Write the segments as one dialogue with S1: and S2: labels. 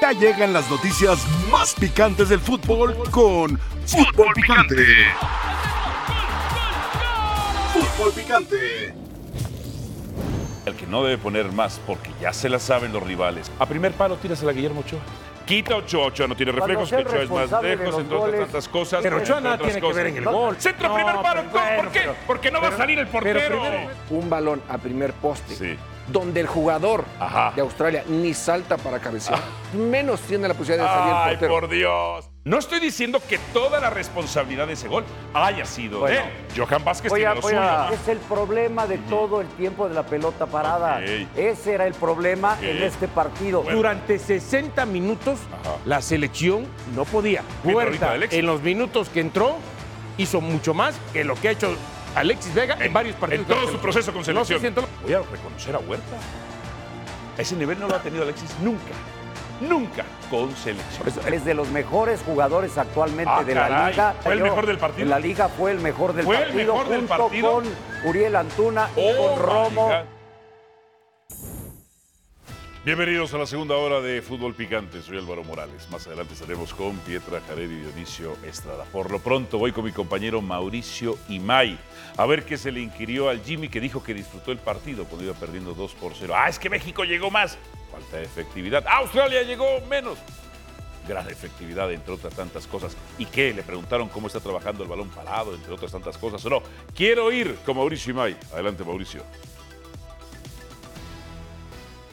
S1: Ya llegan las noticias más picantes del fútbol con Fútbol Picante. Fútbol Picante.
S2: El que no debe poner más porque ya se la saben los rivales. A primer palo tiras a la Guillermo Ochoa. Quita Ochoa, Ochoa no tiene reflejos, que
S3: sea el
S2: Ochoa es más
S3: responsable de
S2: lejos,
S3: los
S2: entre otras
S3: goles.
S2: tantas cosas.
S4: Pero Ochoa
S2: entre
S4: nada
S2: otras
S4: tiene que ver en el
S2: cosas.
S4: gol.
S2: Centro,
S4: No,
S2: primer palo,
S4: pero
S2: ¿por
S4: bueno,
S2: qué?
S4: pero-
S2: porque no va a salir el portero.
S4: Pero primero,
S5: un balón a primer poste,
S2: Sí.
S5: donde el jugador
S2: Ajá.
S5: de Australia ni salta para cabecear, menos tiene la posibilidad de salir
S2: Ay,
S5: el portero.
S2: por Dios. No estoy diciendo que toda la responsabilidad de ese gol haya sido
S3: Bueno.
S2: de él. Johan Vázquez
S3: Voy
S2: tiene
S3: a-
S2: lo
S3: voy
S2: suyo.
S3: a- Es el problema de todo el tiempo de la pelota parada.
S2: Ok.
S3: Ese era el problema
S2: Ok.
S3: en este partido.
S2: Bueno.
S4: Durante 60 minutos
S2: Ajá.
S4: la selección no podía.
S2: Mira, ahorita
S4: Huerta,
S2: Alexis.
S4: en los minutos que entró, hizo mucho más que lo que ha hecho Alexis Vega en, varios partidos.
S2: En todo su proceso con
S4: No se
S2: selección.
S4: siente lo-
S2: Voy a reconocer a Huerta. A ese nivel no lo ha tenido Alexis nunca. Nunca con selección.
S3: Es de los mejores jugadores actualmente
S2: Ah,
S3: de la
S2: caray.
S3: liga.
S2: ¿Fue el mejor del partido?
S3: En la liga fue el mejor del
S2: ¿Fue el
S3: partido.
S2: mejor del
S3: junto
S2: partido?
S3: Con Uriel Antuna y
S2: Oh,
S3: con Romo.
S2: my God. Bienvenidos a la segunda hora de Fútbol Picante. Soy Álvaro Morales. Más adelante estaremos con Pietra Jared y Dionisio Estrada. Por lo pronto voy con mi compañero Mauricio Imay a ver qué se le inquirió al Jimmy que dijo que disfrutó el partido cuando iba perdiendo 2 por 0. Ah, es que México llegó más. Falta de efectividad. Australia llegó menos. Gran efectividad, entre otras tantas cosas. ¿Y qué? Le preguntaron cómo está trabajando el balón parado, entre otras tantas cosas. ¿O no? Quiero ir con Mauricio Imay. Adelante, Mauricio.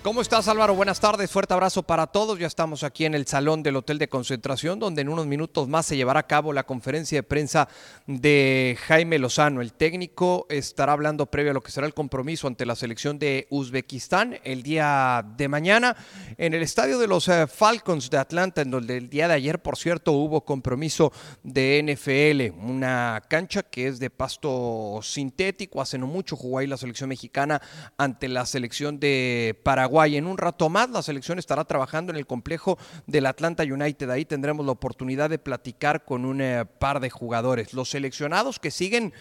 S6: ¿Cómo estás Álvaro? Buenas tardes, fuerte abrazo para todos. Ya estamos aquí en el salón del Hotel de Concentración, donde en unos minutos más se llevará a cabo la conferencia de prensa de Jaime Lozano. El técnico estará hablando previo a lo que será el compromiso ante la selección de Uzbekistán el día de mañana en el estadio de los eh, Falcons de Atlanta, en donde el día de ayer, por cierto, hubo compromiso de NFL, una cancha que es de pasto sintético. Hace no mucho jugó ahí la selección mexicana ante la selección de Paraguay. En un rato más la selección estará trabajando en el complejo del Atlanta United. Ahí tendremos la oportunidad de platicar con un eh, par de jugadores. Los seleccionados que siguen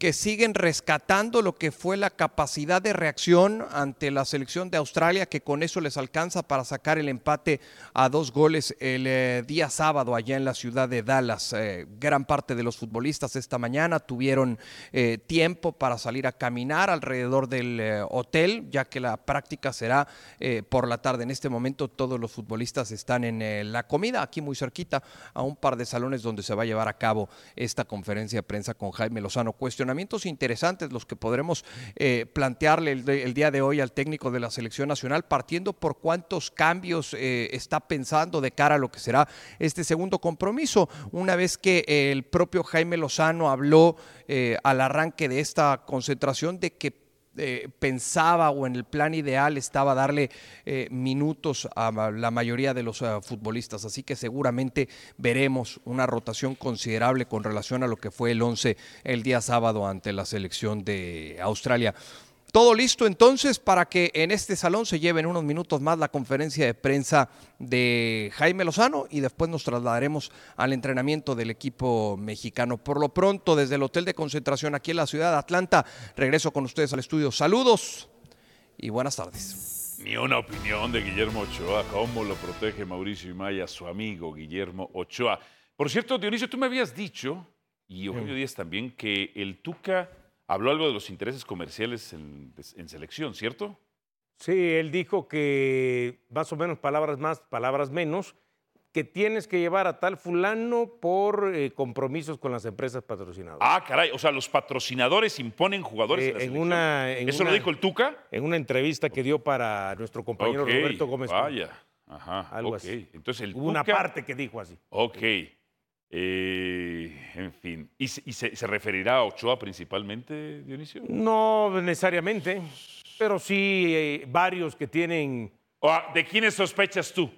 S6: que siguen rescatando lo que fue la capacidad de reacción ante la selección de Australia, que con eso les alcanza para sacar el empate a dos goles el eh, día sábado allá en la ciudad de Dallas. Eh, gran parte de los futbolistas esta mañana tuvieron eh, tiempo para salir a caminar alrededor del eh, hotel, ya que la práctica será eh, por la tarde. En este momento todos los futbolistas están en eh, la comida, aquí muy cerquita, a un par de salones donde se va a llevar a cabo esta conferencia de prensa con Jaime Lozano. Cuestionamientos interesantes los que podremos eh, plantearle el, de- el día de hoy al técnico de la selección nacional, partiendo por cuántos cambios eh, está pensando de cara a lo que será este segundo compromiso. Una vez que el propio Jaime Lozano habló eh, al arranque de esta concentración de que eh, pensaba o en el plan ideal estaba darle eh, minutos a ma- la mayoría de los eh, futbolistas. Así que seguramente veremos una rotación considerable con relación a lo que fue el 11 el día sábado ante la selección de Australia. Todo listo entonces para que en este salón se lleve en unos minutos más la conferencia de prensa de Jaime Lozano y después nos trasladaremos al entrenamiento del equipo mexicano. Por lo pronto, desde el hotel de concentración aquí en la ciudad de Atlanta, regreso con ustedes al estudio. Saludos y buenas tardes.
S2: Ni una opinión de Guillermo Ochoa. ¿Cómo lo protege Mauricio Imaya, su amigo Guillermo Ochoa? Por cierto, Dionisio, tú me habías dicho, y Eugenio Díaz también, que el Tuca habló algo de los intereses comerciales en, pues, en selección, ¿cierto?
S4: Sí, él dijo que más o menos palabras más, palabras menos, que tienes que llevar a tal fulano por eh, compromisos con las empresas patrocinadoras.
S2: Ah, caray. O sea, los patrocinadores imponen jugadores
S4: Eh,
S2: en la
S4: en
S2: selección.
S4: una- en
S2: ¿Eso lo
S4: una-
S2: dijo el Tuca?
S4: En una entrevista que dio para nuestro compañero
S2: Ok,
S4: Roberto Gómez.
S2: Vaya. Ajá.
S4: Algo
S2: ok.
S4: así.
S2: Entonces el
S4: Hubo una
S2: Tuca-
S4: parte que dijo así.
S2: Ok. Eh, en fin. ¿Y, se- y se, se referirá a Ochoa principalmente, Dionisio?
S4: No necesariamente, pero sí eh, varios que tienen,
S2: ¿O a- ¿De quiénes sospechas tú?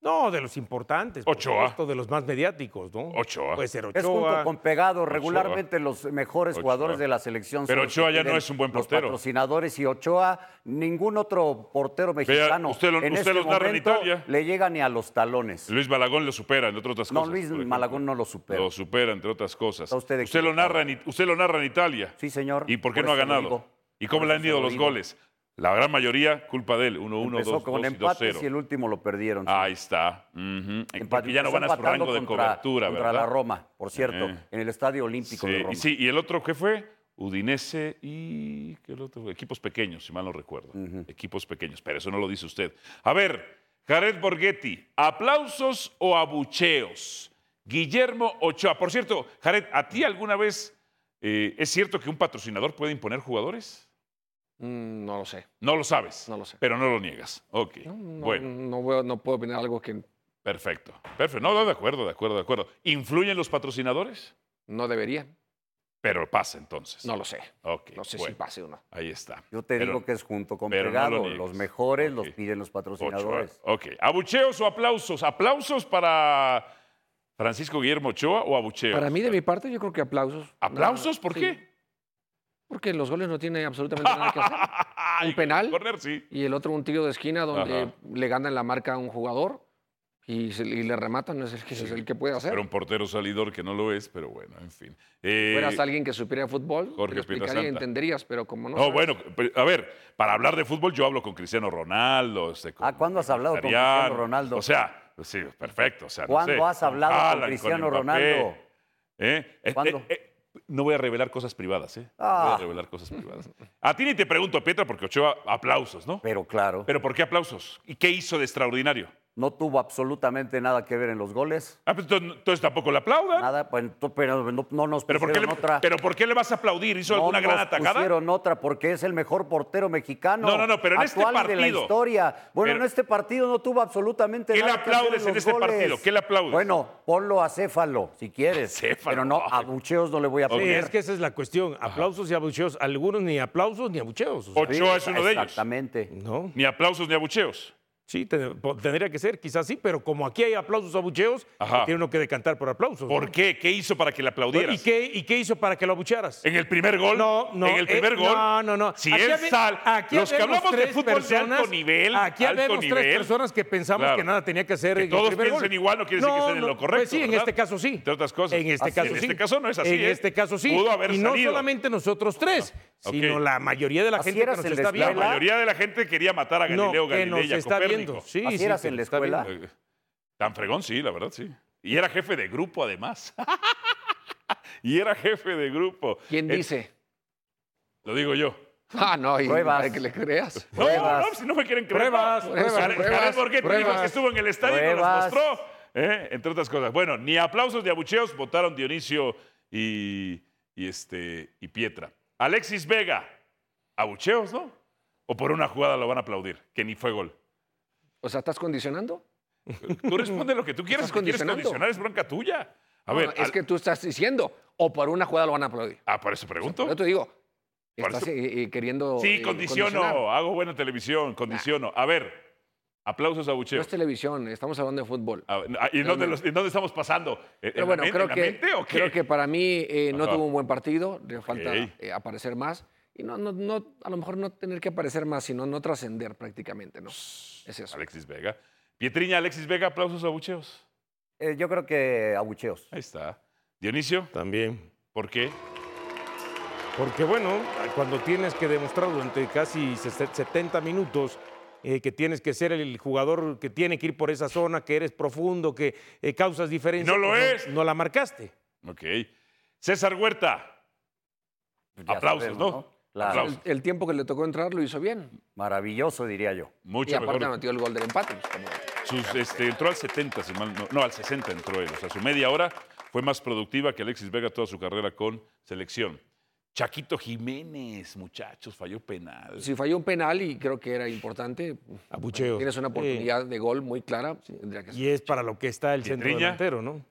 S4: no, de los importantes, por
S2: Ochoa.
S4: supuesto, de los más mediáticos, ¿no?
S2: Ochoa.
S4: Puede ser
S3: Es junto
S4: Pues Ochoa.
S3: con Pegado, regularmente los mejores
S2: Ochoa.
S3: jugadores de la selección. son
S2: Pero
S3: los que
S2: Ochoa ya no
S3: tienen
S2: es un buen
S3: los
S2: portero.
S3: patrocinadores y Ochoa, ningún otro portero mexicano.
S2: usted lo-
S3: en
S2: usted
S3: este
S2: los narra en
S3: momento
S2: Italia.
S3: le llega ni a los talones.
S2: Luis Malagón lo supera, entre otras
S3: No,
S2: cosas.
S3: Luis
S2: por ejemplo.
S3: Malagón no lo supera.
S2: Lo supera, entre otras cosas.
S3: Está usted
S2: lo
S3: equivocado.
S2: narra en, It- usted lo narra en Italia.
S3: Sí, señor.
S2: ¿Y por qué
S3: Por
S2: no ha
S3: eso lo
S2: ganado?
S3: digo.
S2: ¿Y cómo
S3: Por
S2: le
S3: eso
S2: han
S3: se
S2: ido
S3: lo
S2: los
S3: digo.
S2: goles? La gran mayoría, culpa de él. 1-1, 2-2
S3: Empezó con
S2: y
S3: empates y el
S2: 2-0.
S3: último lo perdieron. sí.
S2: Ahí está. Ujú.
S3: Empa-
S2: Porque ya no
S3: empezó
S2: van a su
S3: empatando
S2: rango de
S3: contra-
S2: cobertura,
S3: contra
S2: ¿verdad?
S3: la Roma, por cierto,
S2: Eh.
S3: en el Estadio Olímpico de
S2: Sí,
S3: Roma.
S2: y sí, y el otro que fue Udinese y ¿qué el otro? equipos pequeños, si mal no recuerdo. Equipos pequeños, pero eso no lo dice usted. A ver, Jared Borghetti, aplausos o abucheos. Guillermo Ochoa, por cierto, Jared, ¿a ti alguna vez eh, es cierto que un patrocinador puede imponer jugadores?
S5: Mm, no lo sé.
S2: No lo sabes.
S5: No lo sé.
S2: Pero no lo niegas. Ok.
S5: No,
S2: bueno.
S5: no, veo- no puedo opinar algo que
S2: Perfecto, perfecto. No, no, de acuerdo, de acuerdo, de acuerdo. ¿Influyen los patrocinadores?
S5: no debería.
S2: Pero pasa entonces.
S5: No lo sé.
S2: Ok,
S5: No sé
S2: bueno,
S5: si pase o no.
S2: Ahí está.
S3: Yo te
S2: Pero-
S3: digo que es junto con
S2: pero no lo
S3: pegado.
S2: niegues.
S3: los mejores los
S2: Ok.
S3: piden los
S2: Ochoa.
S3: patrocinadores.
S2: ah, Ok. ¿Abucheos o aplausos? ¿Aplausos para Francisco Guillermo Ochoa o abucheos?
S5: Para mí, de mi parte, yo creo que aplausos.
S2: ¿Aplausos? ¿Por
S5: Sí,
S2: qué?
S5: Porque los goles no tiene absolutamente nada que hacer.
S2: Ay,
S5: penal?
S2: Corner, sí.
S5: Y el otro, un tiro de esquina donde
S2: Ajá.
S5: le ganan la marca a un jugador y, se- y le rematan, es el que, es el que puede hacer.
S2: Pero un portero salidor que no lo es, pero bueno, en fin. Eh,
S5: fueras alguien que supiera de fútbol,
S2: Jorge
S5: te lo explicaría y
S2: Pietrasanta.
S5: entenderías, pero como no.
S2: No,
S5: sabes-
S2: bueno, pero, a ver, para hablar de fútbol yo hablo con Cristiano Ronaldo. este, con
S3: Ah, ¿cuándo has hablado con
S2: Mariano.
S3: Cristiano Ronaldo?
S2: O sea, pues sí, perfecto. O sea, no
S3: ¿Cuándo
S2: sé,
S3: has hablado con
S2: Haaland,
S3: Cristiano
S2: Mbappé.
S3: Ronaldo?
S2: ¿Eh? Eh,
S3: ¿Cuándo?
S2: eh, eh, no voy a revelar cosas privadas, ¿eh? No voy
S3: Ah.
S2: a revelar cosas privadas. A ti ni te pregunto, Petra, porque Ochoa, aplausos, ¿no?
S3: Pero claro,
S2: Pero ¿por qué aplausos? ¿Y qué hizo de extraordinario?
S3: no tuvo absolutamente nada que ver en los goles.
S2: Ah, pues, entonces entonces tampoco le aplaudan.
S3: Nada, pues, ento- pero no, no nos
S2: ¿Pero por, qué
S3: pusieron
S2: le,
S3: otra.
S2: ¿Pero por qué le vas a aplaudir? ¿Hizo
S3: no
S2: alguna gran
S3: nos
S2: atacada?
S3: pusieron otra porque es el mejor portero mexicano.
S2: No, no, no, pero en este
S3: actual y de la
S2: partido.
S3: historia. Bueno,
S2: Pero-
S3: en este partido no tuvo absolutamente
S2: ¿Qué le
S3: nada que ver
S2: aplaudes en
S3: los
S2: este
S3: goles.
S2: partido? ¿Qué le aplaudes?
S3: Bueno, ponlo a Céfalo, si quieres.
S2: Céfalo,
S3: Pero no,
S2: ay.
S3: a bucheos no le voy a
S4: Sí,
S3: poner.
S4: es que esa es la cuestión. Aplausos y abucheos. Algunos ni aplausos ni abucheos. o sea,
S2: Ochoa es uno de ellos.
S3: Exactamente.
S4: no.
S2: Ni aplausos ni abucheos.
S4: Sí, te- po- tendría que ser, quizás sí, pero como aquí hay aplausos, abucheos,
S2: Ajá.
S4: tiene uno que decantar por aplausos.
S2: ¿Por qué? ¿Qué hizo para que le
S4: Bueno,
S2: aplaudieras?
S4: Pues, ¿Y qué, ¿Y qué hizo para que lo abucharas?
S2: En el primer gol.
S4: No, no.
S2: En el primer
S4: eh,
S2: gol.
S4: No, no, no.
S2: Si
S4: Aquí
S2: él
S4: habe-
S2: sale.
S4: aquí
S2: los que
S4: habemos
S2: hablamos de
S4: tres
S2: fútbol de alto
S4: personas-
S2: nivel.
S4: Aquí
S2: alto
S4: habemos
S2: nivel,
S4: tres personas que pensamos
S2: Claro.
S4: que nada tenía que hacer.
S2: Que
S4: en el
S2: todos
S4: primer
S2: piensen
S4: gol.
S2: igual, no quiere decir que estén en lo correcto,
S4: Pues sí, en
S2: ¿verdad?
S4: este caso sí.
S2: Entre otras cosas.
S4: En este
S2: Así
S4: caso
S2: es.
S4: sí.
S2: En este caso no es así,
S4: En
S2: ¿eh?
S4: este caso sí.
S2: Pudo haber
S4: y no
S2: salido.
S4: solamente nosotros tres,
S2: Ah, ok.
S4: sino la mayoría de la
S3: Así
S4: gente que
S3: eras
S4: nos
S3: el
S4: está
S3: desvelo.
S2: La
S4: viendo.
S2: mayoría de la gente quería matar a
S4: No,
S2: Galileo
S4: que nos
S2: Galilei y a
S4: está
S2: Copérnico.
S4: viendo. Sí,
S3: Así
S4: sí,
S3: eras
S4: que
S3: en
S4: nos
S3: la
S4: está
S3: escuela.
S4: viendo.
S2: Eh, Tan fregón, sí, la verdad, sí. Y era jefe de grupo, además. y era jefe de grupo.
S5: ¿Quién
S2: Eh,
S5: dice?
S2: Lo digo yo.
S5: Ah, no, y
S3: Pruebas.
S5: para que le creas.
S2: No,
S3: Pruebas.
S2: no, si no me quieren creer.
S4: Pruebas,
S2: no.
S5: pruebas,
S2: Jared-
S5: pruebas,
S2: Jared Borghetti dijo
S5: pruebas.
S2: que estuvo en el estadio y nos las
S3: Pruebas.
S2: mostró, ¿eh? entre otras cosas. Bueno, ni aplausos ni abucheos votaron Dionisio y, y, este, y Pietra. Alexis Vega, abucheos, ¿no? O por una jugada lo van a aplaudir, que ni fue gol.
S5: O sea, ¿estás condicionando?
S2: Tú responde lo que tú quieras,
S5: Estás
S2: que quieres
S5: condicionando.
S2: condicionar, es bronca tuya. A
S5: No,
S2: ver,
S5: es
S2: al-
S5: que tú estás diciendo, o por una jugada lo van a aplaudir.
S2: ah, por eso pregunto.
S5: Yo te digo,
S2: Por
S5: estás
S2: eso-
S5: eh, eh, queriendo.
S2: Sí,
S5: eh,
S2: condiciono,
S5: condicionar.
S2: hago buena televisión, condiciono. A ver, aplausos
S5: No
S2: abucheos.
S5: es televisión, estamos hablando de fútbol.
S2: A ver, ¿Y en dónde, los- en dónde estamos pasando? ¿En-
S5: Pero
S2: en
S5: bueno,
S2: la men-
S5: creo,
S2: en la
S5: que,
S2: mente o qué?
S5: creo que para mí eh, no
S2: Ajá.
S5: tuvo un buen partido, le falta
S2: Ok.
S5: eh, aparecer más. Y no, no, no, a lo mejor no tener que aparecer más, sino no trascender prácticamente, ¿no? Es eso.
S2: Alexis Vega. Pietriña, Alexis Vega, aplausos abucheos.
S3: Eh, yo creo que abucheos.
S2: Ahí está. Dionisio,
S4: También.
S2: ¿por qué?
S4: Porque bueno, cuando tienes que demostrar durante casi ses- 70 minutos eh, que tienes que ser el jugador que tiene que ir por esa zona, que eres profundo, que eh, causas diferencia.
S2: No lo
S4: pues
S2: es.
S4: No, la marcaste.
S2: Ok. César Huerta.
S3: Ya
S2: Aplausos,
S3: sabemos,
S2: ¿no?
S3: Claro.
S2: Aplausos.
S5: El, el tiempo que le tocó entrar lo hizo bien.
S3: Maravilloso, diría yo.
S5: y
S2: Mucho
S5: aparte
S2: mejor.
S5: metió el gol del empate. pues, como-
S2: Sus, este, entró al 70, si mal no, no, al 60 entró él. O sea, su media hora fue más productiva que Alexis Vega toda su carrera con selección. Chaquito Jiménez, muchachos, falló penal.
S5: Si falló un penal y creo que era importante,
S4: Abucheo.
S5: tienes una oportunidad de gol muy clara. tendría que ser.
S4: Y es para lo que está el centro
S2: Pietriña.
S4: delantero, ¿no?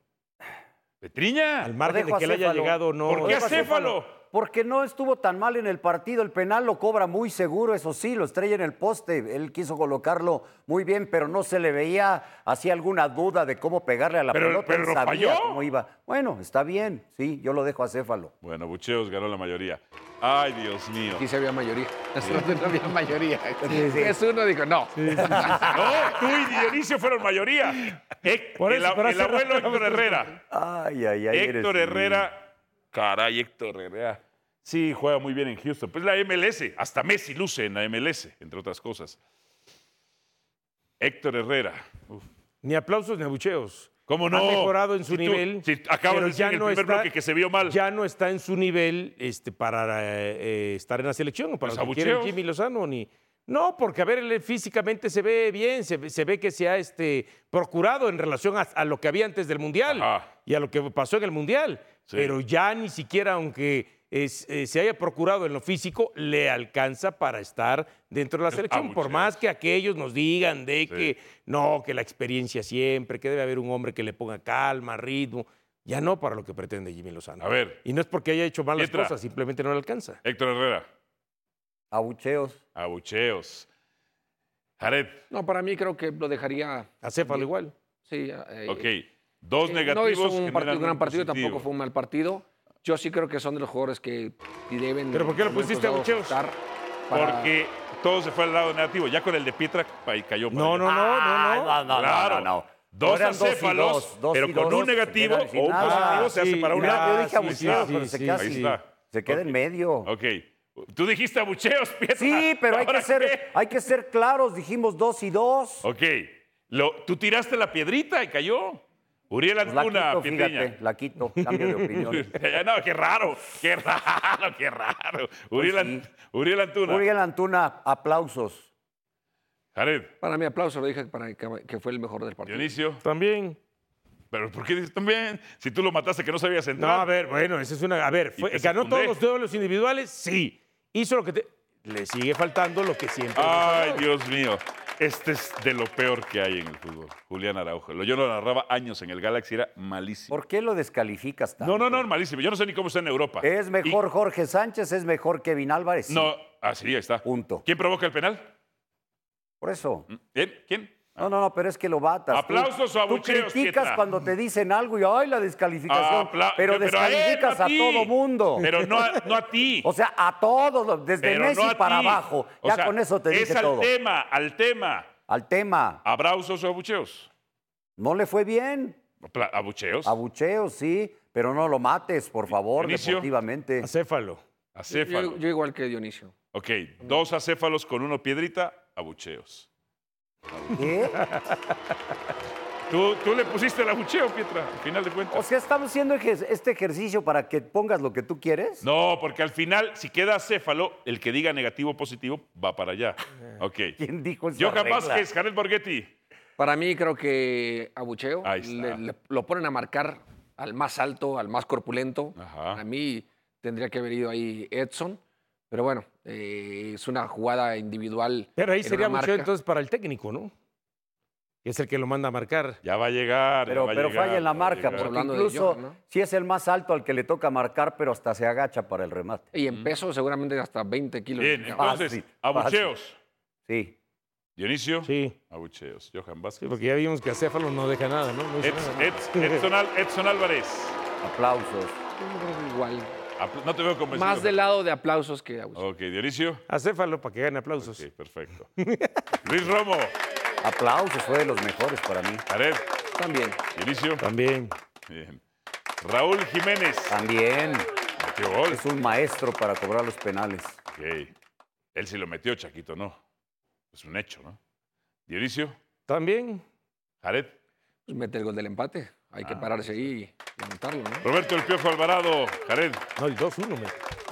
S2: Petriña.
S4: Al margen de
S3: dejo a
S4: que le haya
S3: Céfalo.
S4: llegado o no.
S2: ¿Por qué a
S4: Dejo a Céfalo.
S2: Céfalo?
S3: Porque no estuvo tan mal en el partido. El penal lo cobra muy seguro, eso sí, lo estrella en el poste. Él quiso colocarlo muy bien, pero no se le veía así alguna duda de cómo pegarle a la
S2: Pero-
S3: pelota.
S2: pero
S3: Él sabía
S2: falló.
S3: cómo iba. Bueno, está bien, sí, yo lo dejo a Céfalo.
S2: Bueno, abucheos ganó la mayoría. Ay, Dios mío.
S5: Aquí se había mayoría. Hace rato no había mayoría.
S3: Sí, sí.
S5: Es uno, dijo, no.
S2: No, tú y Dionisio fueron mayoría. Héct-
S4: Por
S2: el,
S4: eso,
S2: a-
S4: por
S2: el
S4: eso.
S2: abuelo Héctor Herrera.
S3: Ay, ay, ay. eres
S2: Héctor
S3: un-
S2: Herrera. Caray, Héctor Herrera. Sí, juega muy bien en Houston. Pues la MLS, hasta Messi luce en la MLS, entre otras cosas. Héctor Herrera. Uf.
S4: Ni aplausos ni abucheos.
S2: ¿Cómo no?
S4: Ha mejorado en su
S2: Si tú-
S4: nivel.
S2: si acabas
S4: pero
S2: de decir en el primer bloque que se vio mal.
S4: Ya no está en su nivel este, para eh, eh, estar en la selección o para
S2: Los
S4: lo que quiere el
S2: abucheos.
S4: Jimmy Lozano. Ni... No, porque a ver, él físicamente se ve bien, se, ve- se ve que se ha este, procurado en relación a, a lo que había antes del Mundial
S2: Ajá.
S4: y a lo que pasó en el Mundial.
S2: Sí.
S4: Pero ya ni siquiera, aunque es- eh, se haya procurado en lo físico, le alcanza para estar dentro de la selección. Por
S2: abucheos.
S4: más que aquellos nos digan de
S2: Sí.
S4: que no, que la experiencia siempre, que debe haber un hombre que le ponga calma, ritmo. Ya no para lo que pretende Jimmy Lozano.
S2: A ver.
S4: Y no es porque haya hecho malas
S2: Pietra.
S4: cosas, simplemente no le alcanza.
S2: Héctor Herrera.
S3: Abucheos.
S2: Abucheos. Jared.
S5: No, para mí creo que lo dejaría.
S4: A Céfalo igual.
S5: Sí, eh,
S2: Ok.
S5: eh,
S2: Dos
S5: No
S2: negativos.
S5: hizo un,
S2: generan
S5: partido-
S2: un
S5: gran partido,
S2: positivo.
S5: tampoco fue un mal partido. Yo sí creo que son de los jugadores que deben.
S4: ¿Pero por qué lo
S5: en momentos
S4: pusiste a
S5: dados
S4: Bucheos?
S5: estar para-
S2: Porque todo se fue al lado negativo. Ya con el de Pietra pa- cayó para
S4: No,
S2: allá.
S4: no, no, no,
S3: Ay,
S4: no.
S3: Ah, no, no,
S2: claro.
S3: no, no.
S2: Dos
S3: Eran y
S2: acéfalos,
S3: dos
S2: pero
S3: y
S2: con un
S3: se
S2: negativo
S3: quedan sin
S2: o un
S3: nada.
S2: positivo se hace para
S3: Yo
S2: una-
S3: yo dije
S4: Ah, sí,
S3: abucheos,
S4: sí,
S3: pero
S4: sí,
S3: se
S4: sí,
S3: queda,
S4: sí.
S3: sin-
S2: Ahí está.
S3: se queda en
S2: Ok.
S3: medio.
S2: Ok. Tú dijiste abucheos, Pietra.
S3: Sí, pero hay que,
S2: ¿Ahora
S3: ser,
S2: qué?
S3: hay que ser claros. Dijimos dos y dos.
S2: Ok. Lo- tú tiraste la piedrita y cayó. Uriel
S3: Pues la
S2: Antuna,
S3: quito,
S2: Pietriña.
S3: fíjate, la quito. Cambio de opinión.
S2: no, qué raro, qué raro, qué raro. Uriel, Ant-
S3: Pues sí.
S2: Uriel Antuna.
S3: Uriel Antuna, aplausos.
S2: Jared,
S5: Para mí, aplauso, lo dije para que, que fue el mejor del partido.
S2: Dionisio.
S4: También.
S2: Pero ¿por qué dices también? Si tú lo mataste que no sabías
S4: No,
S2: entrar.
S4: a ver, bueno, esa es una. A ver,
S2: Y
S4: fue-
S2: que se
S4: ganó todos
S2: funde.
S4: los duelos individuales, sí. Hizo lo que te. Le sigue faltando lo que siempre.
S2: Ay, Dios mío. Este es de lo peor que hay en el fútbol. Julián Araujo. Lo- Yo lo narraba años en el Galaxy, era malísimo.
S3: ¿Por qué lo descalificas tanto? Eh.
S2: No, no, no, malísimo. Yo no sé ni cómo está en Europa.
S3: Es mejor Jorge Sánchez, es mejor Kevin Álvarez.
S2: Y- no, así ahí está.
S3: Punto.
S2: ¿Quién provoca el penal? ¿Mm?
S3: Por eso.
S2: ¿Quién? ¿Quién?
S3: No, no, no, pero es que lo batas. Tú-
S2: Aplausos o abucheos,
S3: Tú criticas
S2: Pietra.
S3: cuando te dicen algo y ¡ay, la descalificación!
S2: Apla-
S3: pero
S2: a él,
S3: descalificas a,
S2: ti.
S3: todo mundo.
S2: Pero no a, no a ti.
S3: o sea, a todos, los- desde
S2: Pero
S3: Messi
S2: no a
S3: para
S2: ti.
S3: abajo.
S2: O
S3: Ya
S2: sea,
S3: con eso te
S2: es
S3: dije
S2: al
S3: todo.
S2: tema, al tema.
S3: Al tema.
S2: Abrazos o abucheos.
S3: No le fue bien.
S2: Pla- Abucheos.
S3: Abucheos, sí, pero no lo mates, por favor,
S2: Dionisio.
S3: deportivamente.
S4: Acéfalo.
S2: Acéfalo.
S5: Yo, yo igual que Dionisio.
S2: Ok, dos acéfalos con uno piedrita, abucheos.
S3: ¿Qué?
S2: Tú, tú le pusiste el abucheo, Pietra, al final de cuentas.
S3: O sea, estamos haciendo ejer- este ejercicio para que pongas lo que tú quieres.
S2: no, porque al final, si queda acéfalo, el que diga negativo o positivo va para allá.
S5: Eh,
S2: Ok.
S3: ¿Quién dijo eso?
S2: Yo capaz que es Jared Borghetti.
S5: Para mí, creo que Abucheo
S2: Ahí está.
S5: le- le- lo ponen a marcar al más alto, al más corpulento.
S2: Ajá.
S5: A mí tendría que haber ido ahí Edson. Pero bueno, eh, es una jugada individual.
S4: Pero ahí
S5: en
S4: sería
S5: una
S4: mucho
S5: marca.
S4: entonces para el técnico, ¿no? Que es el que lo manda a marcar.
S2: Ya va a llegar. ya
S3: Pero,
S2: va a
S3: pero
S2: llegar,
S3: falla en la
S2: ya va a
S3: marca,
S2: llegar.
S3: porque
S5: Hablando de
S3: incluso
S5: Johan, ¿no?
S3: si es el más alto al que le toca marcar, pero hasta se agacha para el remate.
S5: Y en peso, seguramente hasta 20 kilos.
S2: Mm. Bien,
S5: No,
S2: entonces,
S3: Fácil,
S2: abucheos.
S3: Sí.
S2: Dionisio.
S4: Sí.
S2: Abucheos. Johan
S4: Sí,
S2: Vázquez.
S4: porque ya vimos que Acéfalo no deja nada, ¿no? No hizo
S2: Eds-
S4: nada.
S2: Eds- Edson, Al- Edson Álvarez.
S3: Aplausos.
S5: yo creo que igual.
S2: Apl- No te veo convencido.
S5: Más del lado de aplausos que Abucheo.
S2: Ok, Dionisio.
S4: Acéfalo para que gane aplausos.
S2: Ok, perfecto. Luis Romo.
S3: Aplausos, fue de los mejores para mí.
S2: Jared.
S5: También.
S2: Dionisio.
S4: También.
S2: Bien. Raúl Jiménez.
S3: También
S2: Metió gol.
S3: es un maestro para cobrar los penales.
S2: Ok. Él sí lo metió, Chaquito, no. Es un hecho, ¿no? Dionisio,
S4: También.
S2: Jared, Ah,
S5: Pues mete el gol del empate. Hay que pararse ahí y levantarlo, ¿no?
S2: Roberto El Piojo Alvarado, Jared,
S4: No, el 2-1, me.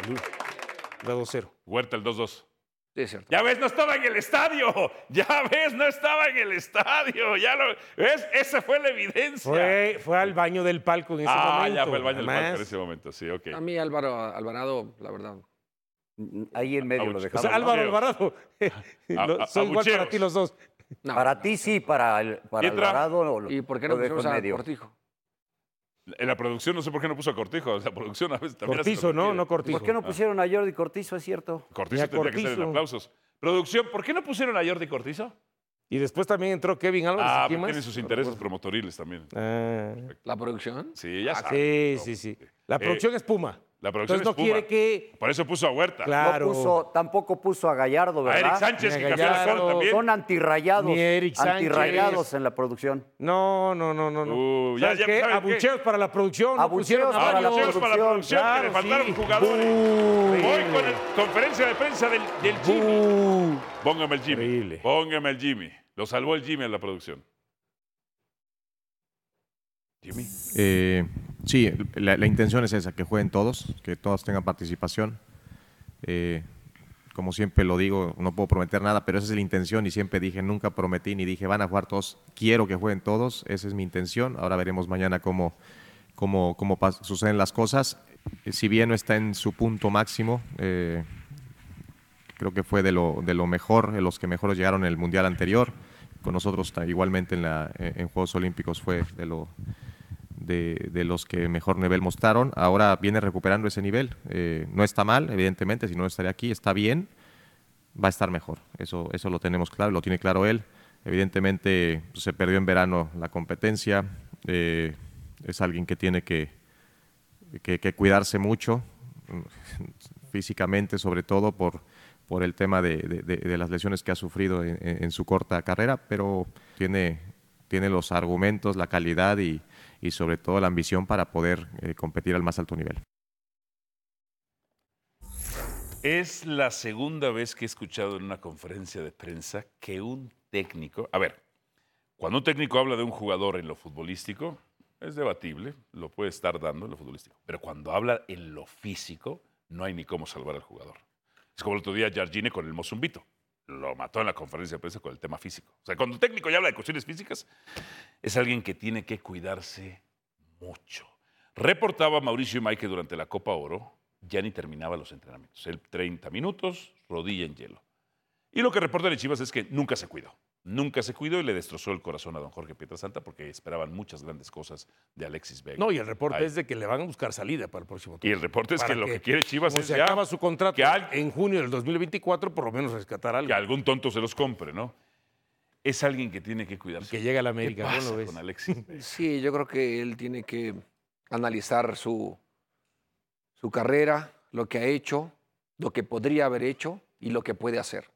S4: El 2-0.
S2: Huerta el 2-2.
S5: Sí, es cierto.
S2: Ya ves, no estaba en el estadio. Ya ves, no estaba en el estadio. Ya lo ves, esa fue la evidencia.
S4: Fue, fue al baño del palco en ese
S2: ah,
S4: momento.
S2: ya fue el baño del
S4: nada
S2: palco en
S4: más.
S2: ese momento, sí, ok.
S5: A mí Álvaro Alvarado, la verdad.
S3: Mm, Ahí en medio lo
S2: Abucheos.
S4: O
S3: dejamos.
S4: sea, Álvaro
S2: Abucheos.
S4: Alvarado. Lo-
S2: a-
S4: Son igual para
S2: abucheos.
S4: ti los dos.
S5: No.
S3: Para ti sí, para, el, para
S2: Pietra.
S3: Alvarado lo-
S5: ¿Y por qué
S3: lo
S5: no
S3: dejo
S5: pusimos
S3: en
S5: a
S3: medio.
S5: Cortijo?
S2: En la producción, no sé por qué no puso a Cortijo. La producción a veces también. hace lo
S4: Cortizo,
S2: que
S4: ¿no?
S2: quiere.
S4: No Cortizo.
S3: ¿Por qué no pusieron a Jordi Cortizo, es cierto?
S2: Cortizo
S4: Ya
S2: tendría que ser en
S4: Cortizo.
S2: aplausos. Producción, ¿por qué no pusieron a Jordi Cortizo?
S4: Y después también entró Kevin Álvarez.
S2: Ah,
S4: ¿Quién
S2: porque tiene
S4: más?
S2: sus intereses promotoriles también.
S4: Ah,
S5: ¿La producción?
S2: Sí, ya
S4: sí,
S2: sabes.
S4: sí, sí. La producción es Puma.
S2: Eh, La producción
S4: Entonces no
S2: es Puma.
S4: quiere que-
S2: Por eso puso a Huerta.
S4: Claro.
S3: No puso, tampoco puso a Gallardo,
S2: a
S3: ¿verdad?
S2: Eric Sánchez, que
S4: Mira,
S2: cambió la
S4: Gallardo,
S2: cor también.
S3: Son antirrayados.
S4: Ni Eric Sánchez.
S3: antirrayados en la producción.
S4: No, no, no, no. no.
S2: Uh, ya,
S4: ¿Sabes
S2: ya,
S4: qué?
S2: ¿saben qué?
S4: Abucheos para la producción. no
S3: Abucheos
S4: pusieron a
S3: para
S2: Ahora
S3: la
S4: varios.
S2: llegamos para la producción,
S4: claro,
S2: que le faltaron
S4: sí.
S2: jugadores.
S4: Bu-
S2: Voy con la conferencia de prensa del, del Jimmy.
S4: Bu-
S2: Póngame el Jimmy.
S4: Increíble.
S2: Póngame el Jimmy. Lo salvó el Jimmy en la producción. Jimmy.
S7: Eh, sí, la, la intención es esa, que jueguen todos, que todos tengan participación. Eh, como siempre lo digo, no puedo prometer nada, pero esa es la intención y siempre dije, nunca prometí ni dije, van a jugar todos, quiero que jueguen todos, esa es mi intención. Ahora veremos mañana cómo, cómo, cómo pas- suceden las cosas. Eh, Si bien no está en su punto máximo, eh, creo que fue de lo, de lo mejor, de los que mejor llegaron en el Mundial anterior. Con nosotros ta- igualmente en, la, en en Juegos Olímpicos fue de lo, de, de los que mejor nivel mostraron. Ahora viene recuperando ese nivel. Eh, no está mal, evidentemente, si no estaría aquí, está bien, va a estar mejor. Eso, eso lo tenemos claro, lo tiene claro él. Evidentemente pues, se perdió en verano la competencia. Eh, es alguien que tiene que, que, que cuidarse mucho, físicamente sobre todo, por, por el tema de, de- de- de las lesiones que ha sufrido en, en- en su corta carrera, pero tiene, tiene los argumentos, la calidad y, y sobre todo la ambición para poder eh, competir al más alto nivel.
S2: Es la segunda vez que he escuchado en una conferencia de prensa que un técnico, a ver, cuando un técnico habla de un jugador en lo futbolístico, es debatible, lo puede estar dando en lo futbolístico, pero cuando habla en lo físico, no hay ni cómo salvar al jugador. Es como el otro día Jardine con el Mozumbito, lo mató en la conferencia de prensa con el tema físico. O sea, cuando un técnico ya habla de cuestiones físicas, es alguien que tiene que cuidarse mucho. Reportaba Mauricio Imay que durante la Copa Oro ya ni terminaba los entrenamientos. Él 30 minutos, rodilla en hielo. Y lo que reporta de Chivas es que nunca se cuidó. Nunca se cuidó y le destrozó el corazón a don Jorge Pietrasanta porque esperaban muchas grandes cosas de Alexis Vega.
S4: No, y el reporte
S2: Ahí.
S4: es de que le van a buscar salida para el próximo
S2: Y
S4: torneo.
S2: el reporte es
S4: Para
S2: que lo que quiere Chivas
S4: como
S2: es
S4: se
S2: ya
S4: acaba su contrato
S2: que al-
S4: en junio del 2024, por lo menos rescatar algo.
S2: que algún tonto se los compre, ¿no? Es alguien que tiene que cuidarse.
S4: Que llegue a la
S2: ¿Qué
S4: América, ¿cómo
S2: pasa
S4: lo ves?
S2: con Alexis Vega?
S5: Sí, yo creo que él tiene que analizar su, su carrera, lo que ha hecho, lo que podría haber hecho y lo que puede hacer.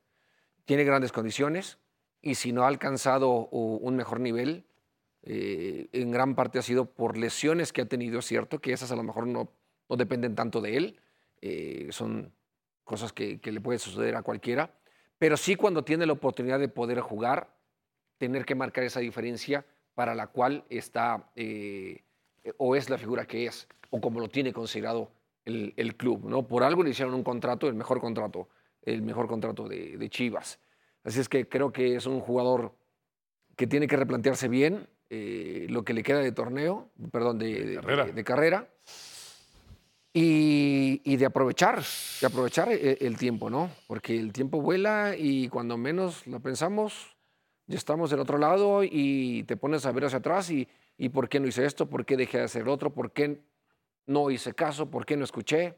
S5: Tiene grandes condiciones y si no ha alcanzado u- un mejor nivel, eh, en gran parte ha sido por lesiones que ha tenido, es cierto, que esas a lo mejor no, no dependen tanto de él, eh, son cosas que, que le puede suceder a cualquiera, pero sí cuando tiene la oportunidad de poder jugar, tener que marcar esa diferencia para la cual está eh, eh, o es la figura que es o como lo tiene considerado el, el club. ¿no? Por algo le hicieron un contrato, el mejor contrato, el mejor contrato de, de Chivas. Así es que creo que es un jugador que tiene que replantearse bien eh, lo que le queda de torneo, perdón, de, de-
S2: carrera.
S5: de- de carrera. Y, y de aprovechar, de aprovechar e- el tiempo, ¿no? Porque el tiempo vuela y cuando menos lo pensamos, ya estamos del otro lado y te pones a ver hacia atrás y, y por qué no hice esto, por qué dejé de hacer otro, por qué no hice caso, por qué no escuché.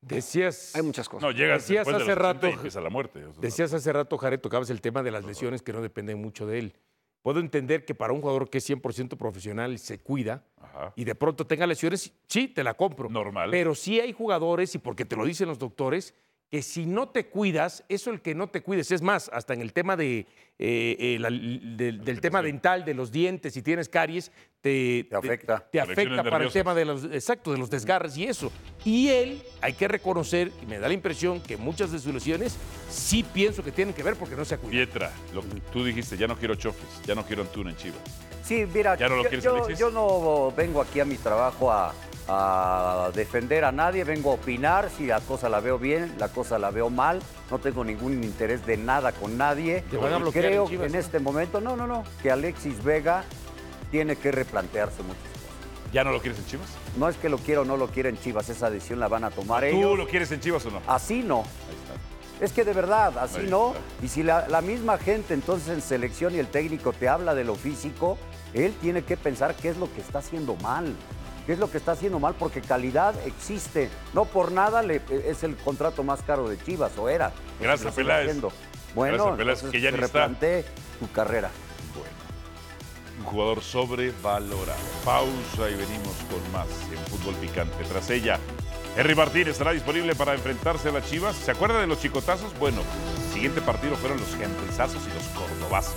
S4: Decías,
S5: Hay muchas cosas.
S2: No, llegas
S4: Decías
S2: después de
S4: hace
S2: los 80 y
S4: rato-
S2: empieza la muerte. O sea,
S4: decías hace rato, Jared, tocabas el tema de las lesiones que no dependen mucho de él. Puedo entender que para un jugador que es 100% profesional se cuida
S2: Ajá.
S4: y de pronto tenga lesiones, sí, te la compro.
S2: Normal.
S4: Pero sí hay jugadores, y porque te lo dicen los doctores, que si no te cuidas, eso el que no te cuides. Es más, hasta en el tema de, eh, eh, la- del- del tema dental, de los dientes, si tienes caries, te,
S3: Te afecta.
S4: Te,
S2: Conexiones
S4: afecta para el
S2: nerviosas.
S4: tema de los, exacto, de los desgarres y eso. Y él, hay que reconocer, y me da la impresión que muchas de sus lesiones sí pienso que tienen que ver porque no se ha cuidado.
S2: Pietra, lo que tú dijiste, ya no quiero chofes, ya no quiero Antuna en Chivas.
S3: Sí, mira,
S2: ¿Ya no lo
S3: yo,
S2: quieres,
S3: yo-
S2: Alexis?
S3: yo no vengo aquí a mi trabajo a, a defender a nadie, vengo a opinar si la cosa la veo bien, la cosa la veo mal, no tengo ningún interés de nada con nadie.
S4: Te van a
S3: Y
S4: bloquear
S3: Creo
S4: en Chivas,
S3: que en
S4: ¿no?
S3: este momento, no, no, no, que Alexis Vega tiene que replantearse mucho.
S2: ¿Ya no lo quieres en Chivas?
S3: No es que lo quiera o no lo quiera en Chivas, esa decisión la van a tomar
S2: ¿Tú
S3: ellos.
S2: lo quieres en Chivas o no?
S3: Así no. Es que de verdad, así
S2: Ahí
S3: no.
S2: está.
S3: Y si la, la misma gente entonces en selección y el técnico te habla de lo físico, él tiene que pensar qué es lo que está haciendo mal. ¿Qué es lo que está haciendo mal? Porque calidad existe. No por nada le- e, es el contrato más caro de Chivas, o era.
S2: Gracias,
S3: Lo sigue
S2: Peláez.
S3: haciendo. Bueno,
S2: Gracias, Peláez,
S3: entonces
S2: que ya
S3: se
S2: ni está.
S3: replantee tu carrera.
S2: Un jugador sobrevalorado. Pausa y venimos con más en Fútbol Picante. Tras ella, Henry Martín estará disponible para enfrentarse a las Chivas. ¿Se acuerda de los chicotazos? Bueno, el siguiente partido fueron los henrizazos y los cordobazos.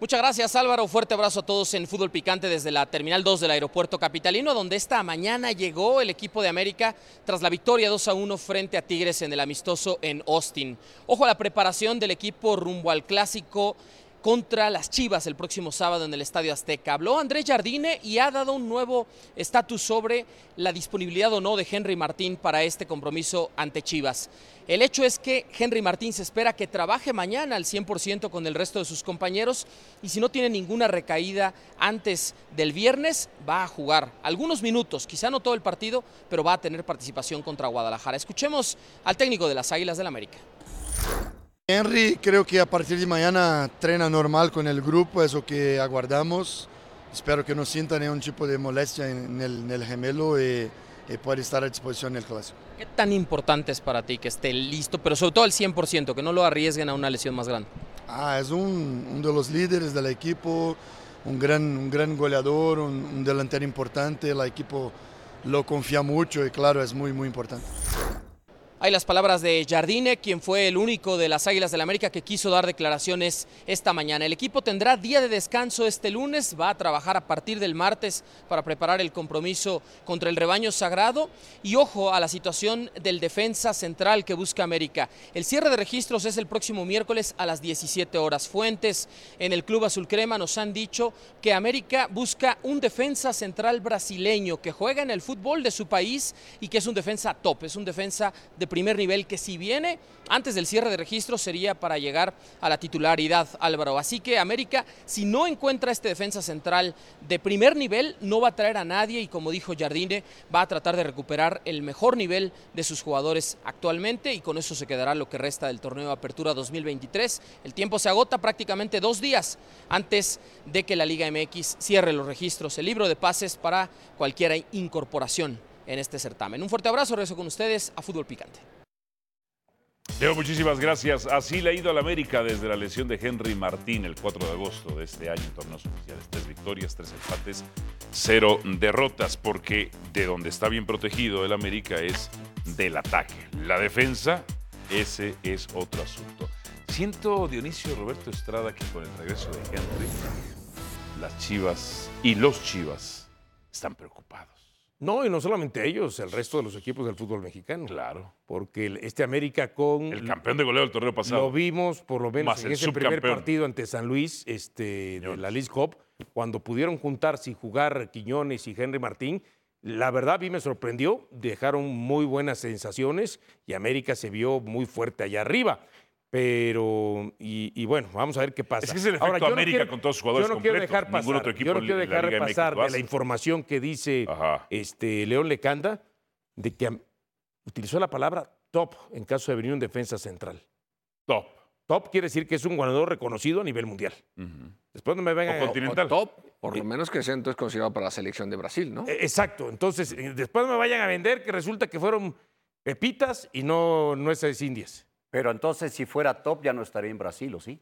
S8: Muchas gracias Álvaro, fuerte abrazo a todos en Fútbol Picante desde la Terminal 2 del Aeropuerto Capitalino, donde esta mañana llegó el equipo de América tras la victoria 2 a 1 frente a Tigres en el amistoso en Austin. Ojo a la preparación del equipo rumbo al clásico contra las Chivas el próximo sábado en el Estadio Azteca. Habló Andrés Jardine y ha dado un nuevo estatus sobre la disponibilidad o no de Henry Martín para este compromiso ante Chivas. El hecho es que Henry Martín se espera que trabaje mañana al 100% con el resto de sus compañeros y si no tiene ninguna recaída antes del viernes, va a jugar algunos minutos, quizá no todo el partido, pero va a tener participación contra Guadalajara. Escuchemos al técnico de las Águilas del América.
S9: Henry creo que a partir de mañana trena normal con el grupo, es lo que aguardamos. Espero que no sienta ningún tipo de molestia en el, en el gemelo y, y pueda estar a disposición en el clásico.
S8: ¿Qué tan importante es para ti que esté listo, pero sobre todo al 100%, que no lo arriesguen a una lesión más grande?
S9: Ah, es un, uno de los líderes del equipo, un gran, un gran goleador, un, un delantero importante, el equipo lo confía mucho y claro, es muy, muy importante.
S8: Hay las palabras de Jardine, quien fue el único de las Águilas del la América que quiso dar declaraciones esta mañana. El equipo tendrá día de descanso este lunes, va a trabajar a partir del martes para preparar el compromiso contra el rebaño sagrado. Y ojo a la situación del defensa central que busca América. El cierre de registros es el próximo miércoles a las 17 horas. Fuentes en el Club Azul Crema nos han dicho que América busca un defensa central brasileño que juega en el fútbol de su país y que es un defensa top, es un defensa de primer nivel que si viene antes del cierre de registro sería para llegar a la titularidad Álvaro. Así que América, si no encuentra este defensa central de primer nivel, no va a traer a nadie y como dijo Jardine, va a tratar de recuperar el mejor nivel de sus jugadores actualmente y con eso se quedará lo que resta del torneo de Apertura 2023. El tiempo se agota prácticamente dos días antes de que la Liga MX cierre los registros, el libro de pases para cualquier incorporación en este certamen. Un fuerte abrazo, regreso con ustedes a Fútbol Picante.
S2: Leo, muchísimas gracias. Así le ha ido al América desde la lesión de Henry Martín el 4 de agosto de este año en torneos oficiales. Tres victorias, tres empates, cero derrotas, porque de donde está bien protegido el América es del ataque. La defensa, ese es otro asunto. Siento, Dionisio Roberto Estrada, que con el regreso de Henry, las Chivas y los Chivas están preocupados.
S4: No, y no solamente ellos, el resto de los equipos del fútbol mexicano.
S2: Claro.
S4: Porque el- este América con.
S2: El campeón de goleo del torneo pasado.
S4: Lo vimos por lo menos
S2: Más
S4: en
S2: el
S4: ese primer
S2: subcampeón.
S4: partido ante San Luis este, de la League Cup, cuando pudieron juntarse y jugar Quiñones y Henry Martín. La verdad, a mí me sorprendió. Dejaron muy buenas sensaciones y América se vio muy fuerte allá arriba. Pero, y, y bueno, vamos a ver qué pasa.
S2: Es que es el efecto
S4: yo no
S2: América con todos sus jugadores
S4: Yo no quiero
S2: completos.
S4: dejar pasar,
S2: Ningún otro equipo
S4: yo no
S2: en
S4: quiero
S2: la
S4: dejar
S2: Liga MX lo
S4: pasar de
S2: hace.
S4: la información que dice
S2: Ajá.
S4: este, León Lecanda de que am- utilizó la palabra top en caso de venir un defensa central.
S2: Top.
S4: Top quiere decir que es un ganador reconocido a nivel mundial.
S2: Ujú.
S4: Después no me vengan
S2: O
S4: a-
S2: continental.
S5: O top, por lo menos que sea entonces considerado para la selección de Brasil, ¿no?
S4: Eh, Exacto, entonces eh, después no me vayan a vender que resulta que fueron pepitas y no nueces indias.
S3: Pero entonces, si fuera top, ya no estaría en Brasil, ¿o sí?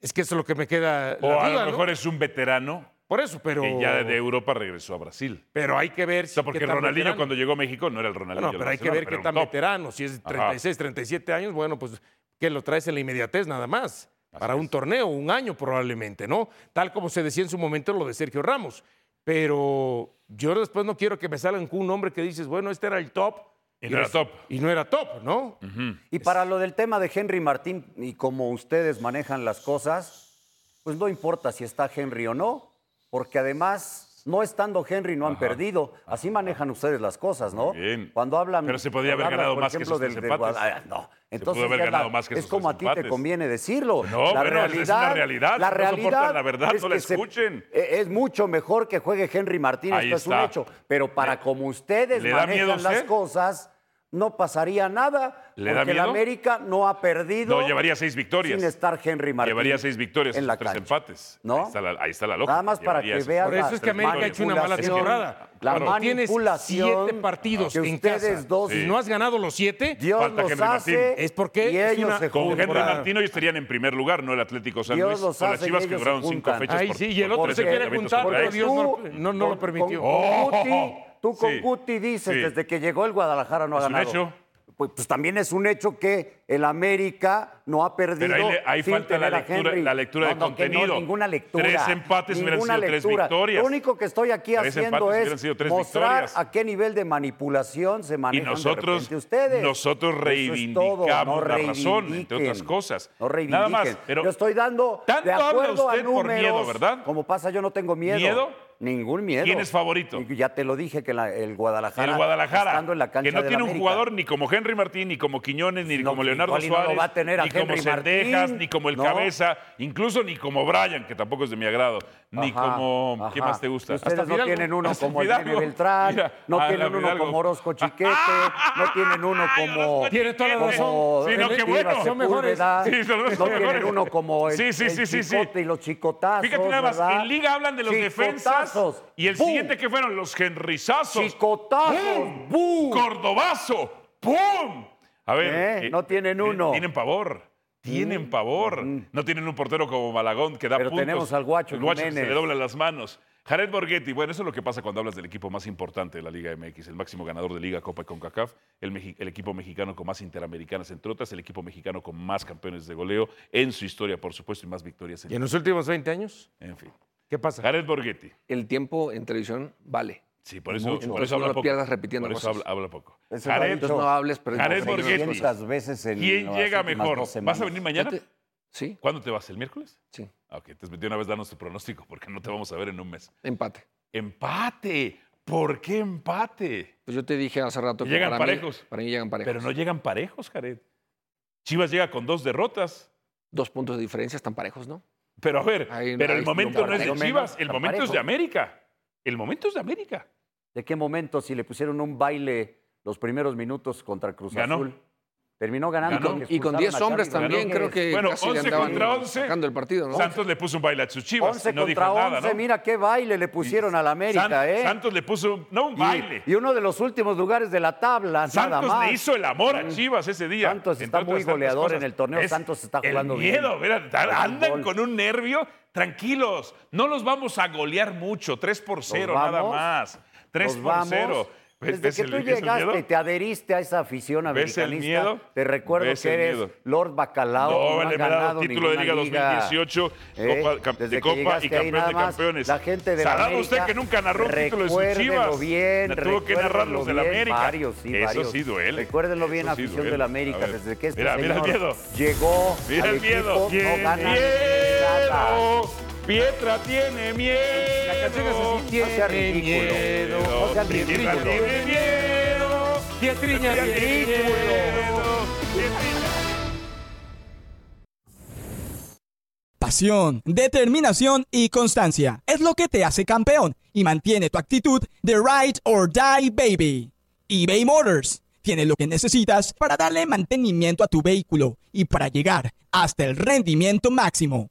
S4: Es que eso es lo que me queda.
S2: O
S4: la
S2: a
S4: duda,
S2: lo
S4: ¿no?
S2: mejor es un veterano
S4: Por eso, pero.
S2: que ya de Europa regresó a Brasil.
S4: Pero hay que ver
S2: O
S4: si.
S2: sea,
S4: qué
S2: porque
S4: tan
S2: Ronaldinho
S4: veterano.
S2: cuando llegó a México no era el
S4: No,
S2: Ronaldinho.
S4: no,
S2: del
S4: pero hay que ver
S2: Barcelona,
S4: qué
S2: pero
S4: tan
S2: era un top.
S4: veterano. Si es 36, 37 años, bueno, pues que lo traes en la inmediatez nada más. para un torneo, un año probablemente, ¿no? Tal como se decía en su momento lo de Sergio Ramos. Pero yo después no quiero que me salgan con un nombre que dices, bueno, este era el top.
S2: Y no era
S4: res-
S2: top.
S4: Y no era top, ¿no?
S3: Y para lo del tema de Henry Martín y como ustedes manejan las cosas, pues no importa si está Henry o no, porque además no estando Henry no han perdido. Así manejan ustedes las cosas, ¿no?
S2: Muy bien.
S3: Cuando hablan.
S2: Pero se podía haber
S3: cuando
S2: ganado
S3: por
S2: más que esos
S3: del-
S2: tres
S3: del
S2: empates.
S3: Guadalajara, no.
S2: Se
S3: Entonces
S2: pudo haber
S3: ya la-
S2: ganado más que
S3: es
S2: esos
S3: como
S2: tres
S3: a ti te
S2: empates.
S3: conviene decirlo.
S2: No, bueno,
S3: la
S2: es
S3: realidad,
S2: una realidad.
S3: La
S2: No soportan
S3: realidad
S2: la verdad,
S3: es
S2: no la
S3: que se-
S2: escuchen.
S3: e- es mucho mejor que juegue Henry Martín,
S2: Ahí
S3: esto es un
S2: está.
S3: hecho. Pero para como ustedes
S2: ¿Le da miedo a
S3: manejan las
S2: usted?
S3: cosas. no pasaría nada
S2: ¿Eh? ¿Le da
S3: porque el
S2: miedo?
S3: América no ha perdido.
S2: No, llevaría seis victorias.
S3: Sin estar Henry Martín.
S2: Llevaría seis victorias,
S3: en la
S2: tres
S3: cancha.
S2: empates.
S3: ¿No?
S2: Ahí está la, ahí está la lógica.
S3: Nada más para
S2: Llevaría
S3: que
S2: esas-
S3: veas
S4: Por eso es que
S2: tres
S4: América ha hecho una mala
S2: victorias.
S3: manipulación,
S4: temporada.
S3: La
S2: Claro.
S4: Tienes
S3: manipulación.
S4: siete partidos
S3: que
S4: en
S3: ustedes
S4: casa.
S3: dos
S4: Si no has ganado los siete,
S3: Dios
S2: Falta
S3: los
S2: Henry Martín.
S3: hace
S4: Es porque
S3: y
S4: es
S3: ellos
S4: una
S3: se
S2: Con Henry
S3: juntan.
S4: temporada.
S2: Martino estarían en primer lugar, no el Atlético San
S3: Dios
S2: Luis.
S3: los
S2: o las
S3: hace y
S2: chivas que
S3: ellos se
S2: duraron cinco
S3: juntan.
S2: fechas
S4: ahí
S2: por-
S4: sí, y el
S2: por
S4: otro se
S2: tres
S4: quiere
S2: enfrentamientos
S4: juntar,
S2: contra
S4: pero
S2: ellos.
S4: Dios no- no- no lo
S3: con-
S4: permitió.
S3: Con, Guti, tú con
S2: Sí.
S3: Guti dices,
S2: Sí.
S3: desde que llegó el Guadalajara no ha
S2: Es un
S3: ganado.
S2: hecho.
S3: Pues, pues también es un hecho que el América no ha perdido.
S2: Pero ahí, le- ahí
S3: sin
S2: falta la
S3: tener a
S2: lectura,
S3: Henry.
S2: la lectura
S3: No,
S2: de
S3: no, que no,
S2: contenido.
S3: ninguna lectura.
S2: Tres empates hubieran
S3: ninguna
S2: sido tres
S3: lectura.
S2: victorias.
S3: Lo único que estoy aquí
S2: Tres
S3: haciendo
S2: empates hubieran sido
S3: es
S2: tres
S3: mostrar
S2: victorias.
S3: a qué nivel de manipulación se
S2: Y
S3: manejan de
S2: nosotros,
S3: repente ustedes.
S2: nosotros
S3: Eso es todo,
S2: reivindicamos
S3: no
S2: la razón, entre
S3: reivindiquen.
S2: otras cosas.
S3: No
S2: Nada
S3: reivindiquen.
S2: más. Pero
S3: yo estoy dando
S2: Tanto
S3: de
S2: habla
S3: acuerdo
S2: usted
S3: a
S2: por
S3: números.
S2: miedo, ¿verdad?
S3: Como pasa, yo no tengo miedo.
S2: ¿Miedo?
S3: Ningún miedo.
S2: ¿Quién es favorito?
S3: Y Ya te lo dije que la- el Guadalajara.
S2: el Guadalajara,
S3: estando en la cancha
S2: que no
S3: del
S2: tiene un
S3: América.
S2: jugador ni como Henry Martín, ni como Quiñones, ni
S3: No,
S2: como Leonardo
S3: igual y no lo
S2: Suárez,
S3: va a tener a
S2: ni como
S3: Henry Martín,
S2: Cendejas, ni como el
S3: ¿no?
S2: Cabeza, incluso ni como Brian, que tampoco es de mi agrado, ni
S3: Ajá,
S2: como... ¿Qué
S3: ajá.
S2: más te gusta?
S3: Ustedes
S2: Hasta
S3: no
S2: Fidalgo.
S3: tienen uno
S2: Hasta
S3: como el
S2: Fidalgo.
S3: Jimmy Beltrán,
S2: Mira,
S3: no
S2: a
S3: tienen
S2: la
S3: uno
S2: Fidalgo. Ah,
S3: como Orozco Chiquete, no tienen uno
S2: Ay,
S3: como.
S2: Orozco
S4: Tienes toda la
S2: Chiquete.
S4: razón.
S2: Sí, no, qué
S3: Iván
S2: bueno.
S4: Son mejores.
S3: Sepúlveda,
S2: Sí, son los
S3: no
S2: mejores.
S3: tienen uno como el,
S2: Sí, sí,
S3: el
S2: sí, sí, sí.
S3: chicote y los chicotazos.
S2: Fíjate nada más,
S3: ¿verdad?
S2: en Liga hablan de los defensas
S3: Chicotazos,
S2: y el
S3: ¡bum!
S2: siguiente que fueron los genrizazos.
S3: Chicotazos,
S2: ¡Bum!
S3: ¡bum!
S2: Cordobazo, ¡pum! A ver,
S3: ¿Eh? No tienen uno. Mm,
S2: Tienen pavor. Tienen pavor. No tienen un portero como Malagón que da
S3: Pero
S2: puntos.
S3: tenemos al Guacho
S2: El Guacho que se
S3: Jiménez.
S2: le doblan las manos. Jared Borghetti, bueno, eso es lo que pasa cuando hablas del equipo más importante de la Liga MX, el máximo ganador de Liga, Copa y CONCACAF, el, mexi- el equipo mexicano con más interamericanas, entre otras, el equipo mexicano con más campeones de goleo en su historia, por supuesto, y más victorias
S4: ¿Y
S2: en,
S4: en los últimos 20 años?
S2: en fin.
S4: ¿Qué pasa?
S2: Jared Borghetti.
S5: El tiempo en televisión vale.
S2: Sí, por eso, por
S5: Entonces
S2: eso
S5: no
S2: habla
S5: lo
S2: poco.
S5: pierdas repitiendo
S2: Por eso
S5: cosas.
S2: habla, habla poco.
S3: Eso lo ha
S2: Jared,
S3: dicho
S5: Entonces no hables, pero
S2: Jared
S5: entonces-
S2: Borghetti.
S3: 600 veces en
S2: ¿Quién
S3: las
S2: llega
S3: últimas
S2: mejor?
S3: dos semanas.
S2: ¿Vas a venir mañana?
S5: Fíjate, Sí,
S2: ¿Cuándo te vas? ¿El miércoles?
S5: sí.
S2: Ah, Ok, entonces de una vez danos tu pronóstico, porque no te vamos a ver en un mes.
S5: Empate.
S2: ¡Empate! ¿Por qué empate?
S5: Pues yo te dije hace rato que
S2: Llegan
S5: para mí-
S2: parejos.
S5: para mí llegan parejos.
S2: Pero no llegan parejos, Jared. Chivas llega con dos derrotas.
S5: Dos puntos de diferencia están parejos, ¿no?
S2: Pero a ver,
S5: Ahí no
S2: pero
S5: hay
S2: el momento no es
S5: parejo
S2: de
S5: menos,
S2: Chivas, el momento es de
S3: parejo.
S2: América. El momento es de América.
S3: ¿De qué momento si le pusieron un baile los primeros minutos contra Cruz
S2: Ganó.
S3: Azul? Terminó ganando.
S2: Ganó.
S3: porque
S5: Y con
S3: expulsaron
S5: 10
S3: a
S5: hombres
S3: Charly
S5: también,
S3: Rodríguez.
S5: creo que
S2: Bueno,
S5: casi le
S2: 11
S5: andaban
S2: contra 11.
S5: sacando el partido, ¿no?
S2: Santos le puso un baile a sus Chivas.
S3: 11
S2: y no dijo
S3: contra 11,
S2: nada, ¿no?
S3: mira qué baile le pusieron a la América,
S2: San-
S3: ¿eh?
S2: Santos le puso, un- no un
S3: Y-
S2: baile.
S3: Y, uno de los últimos lugares de la tabla, nada
S2: Santos
S3: más. Mm.
S2: le hizo el amor a Chivas ese día.
S3: Santos está
S2: entre otras
S3: muy
S2: tantas
S3: goleador
S2: cosas.
S3: en el torneo, Santos está jugando
S2: el
S3: bien.
S2: miedo, mira, ta-
S3: El
S2: andan
S3: fútbol.
S2: con un nervio. Tranquilos, no los vamos a golear mucho. 3 por 0, nada
S3: vamos,
S2: más. 3
S3: Nos
S2: por
S3: vamos.
S2: 0. ¿Ves-
S3: Desde
S2: ves
S3: que
S2: el-
S3: tú
S2: ves el
S3: llegaste
S2: miedo?
S3: y te adheriste a esa afición
S2: ¿Ves
S3: americanista,
S2: el miedo?
S3: te recuerdo
S2: ¿Ves
S3: que
S2: el
S3: eres
S2: miedo?
S3: Lord Bacalao.
S2: No,
S3: no
S2: vale,
S3: has
S2: me ha dado
S3: ganado
S2: título de Liga
S3: ninguna
S2: 2018,
S3: ¿eh?
S2: Copa cam-
S3: Desde
S2: de
S3: que
S2: Copa y
S3: llegaste ahí
S2: campeón
S3: nada
S2: de
S3: más,
S2: campeones.
S3: La gente de la
S2: Salado
S3: América,
S2: usted que nunca narró un título de sus
S3: recuérdelo
S2: Chivas.
S3: bien,
S2: La tuvo que
S3: recuérdelo
S2: narrar los de la
S3: bien,
S2: América.
S3: Varios, sí,
S2: Eso
S3: varios.
S2: sí duele.
S3: Recuérdenlo bien,
S2: Eso sí
S3: afición
S2: duele.
S3: de la
S2: A
S3: América,
S2: ver.
S3: desde que este
S2: Mira, mira el
S3: señor
S2: miedo.
S3: llegó
S2: Mira
S3: al
S2: el miedo.
S3: equipo, no gana nada.
S2: miedo. Pietra tiene miedo.
S4: La canción es así,
S3: No sea ridículo.
S4: miedo.
S3: No sea
S2: Pietra
S3: ridículo.
S2: tiene miedo.
S4: Pietriña,
S2: Pietra tiene
S4: Pietriña.
S2: miedo. Pietriña.
S10: Pasión, determinación y constancia es lo que te hace campeón y mantiene tu actitud de ride or die baby. eBay Motors tiene lo que necesitas para darle mantenimiento a tu vehículo y para llegar hasta el rendimiento máximo.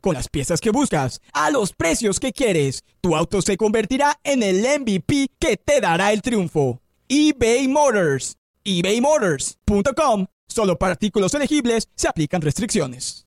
S10: Con las piezas que buscas, a los precios que quieres, tu auto se convertirá en el MVP que te dará el triunfo. eBay Motors. ebaymotors.com. Solo para artículos elegibles se aplican restricciones.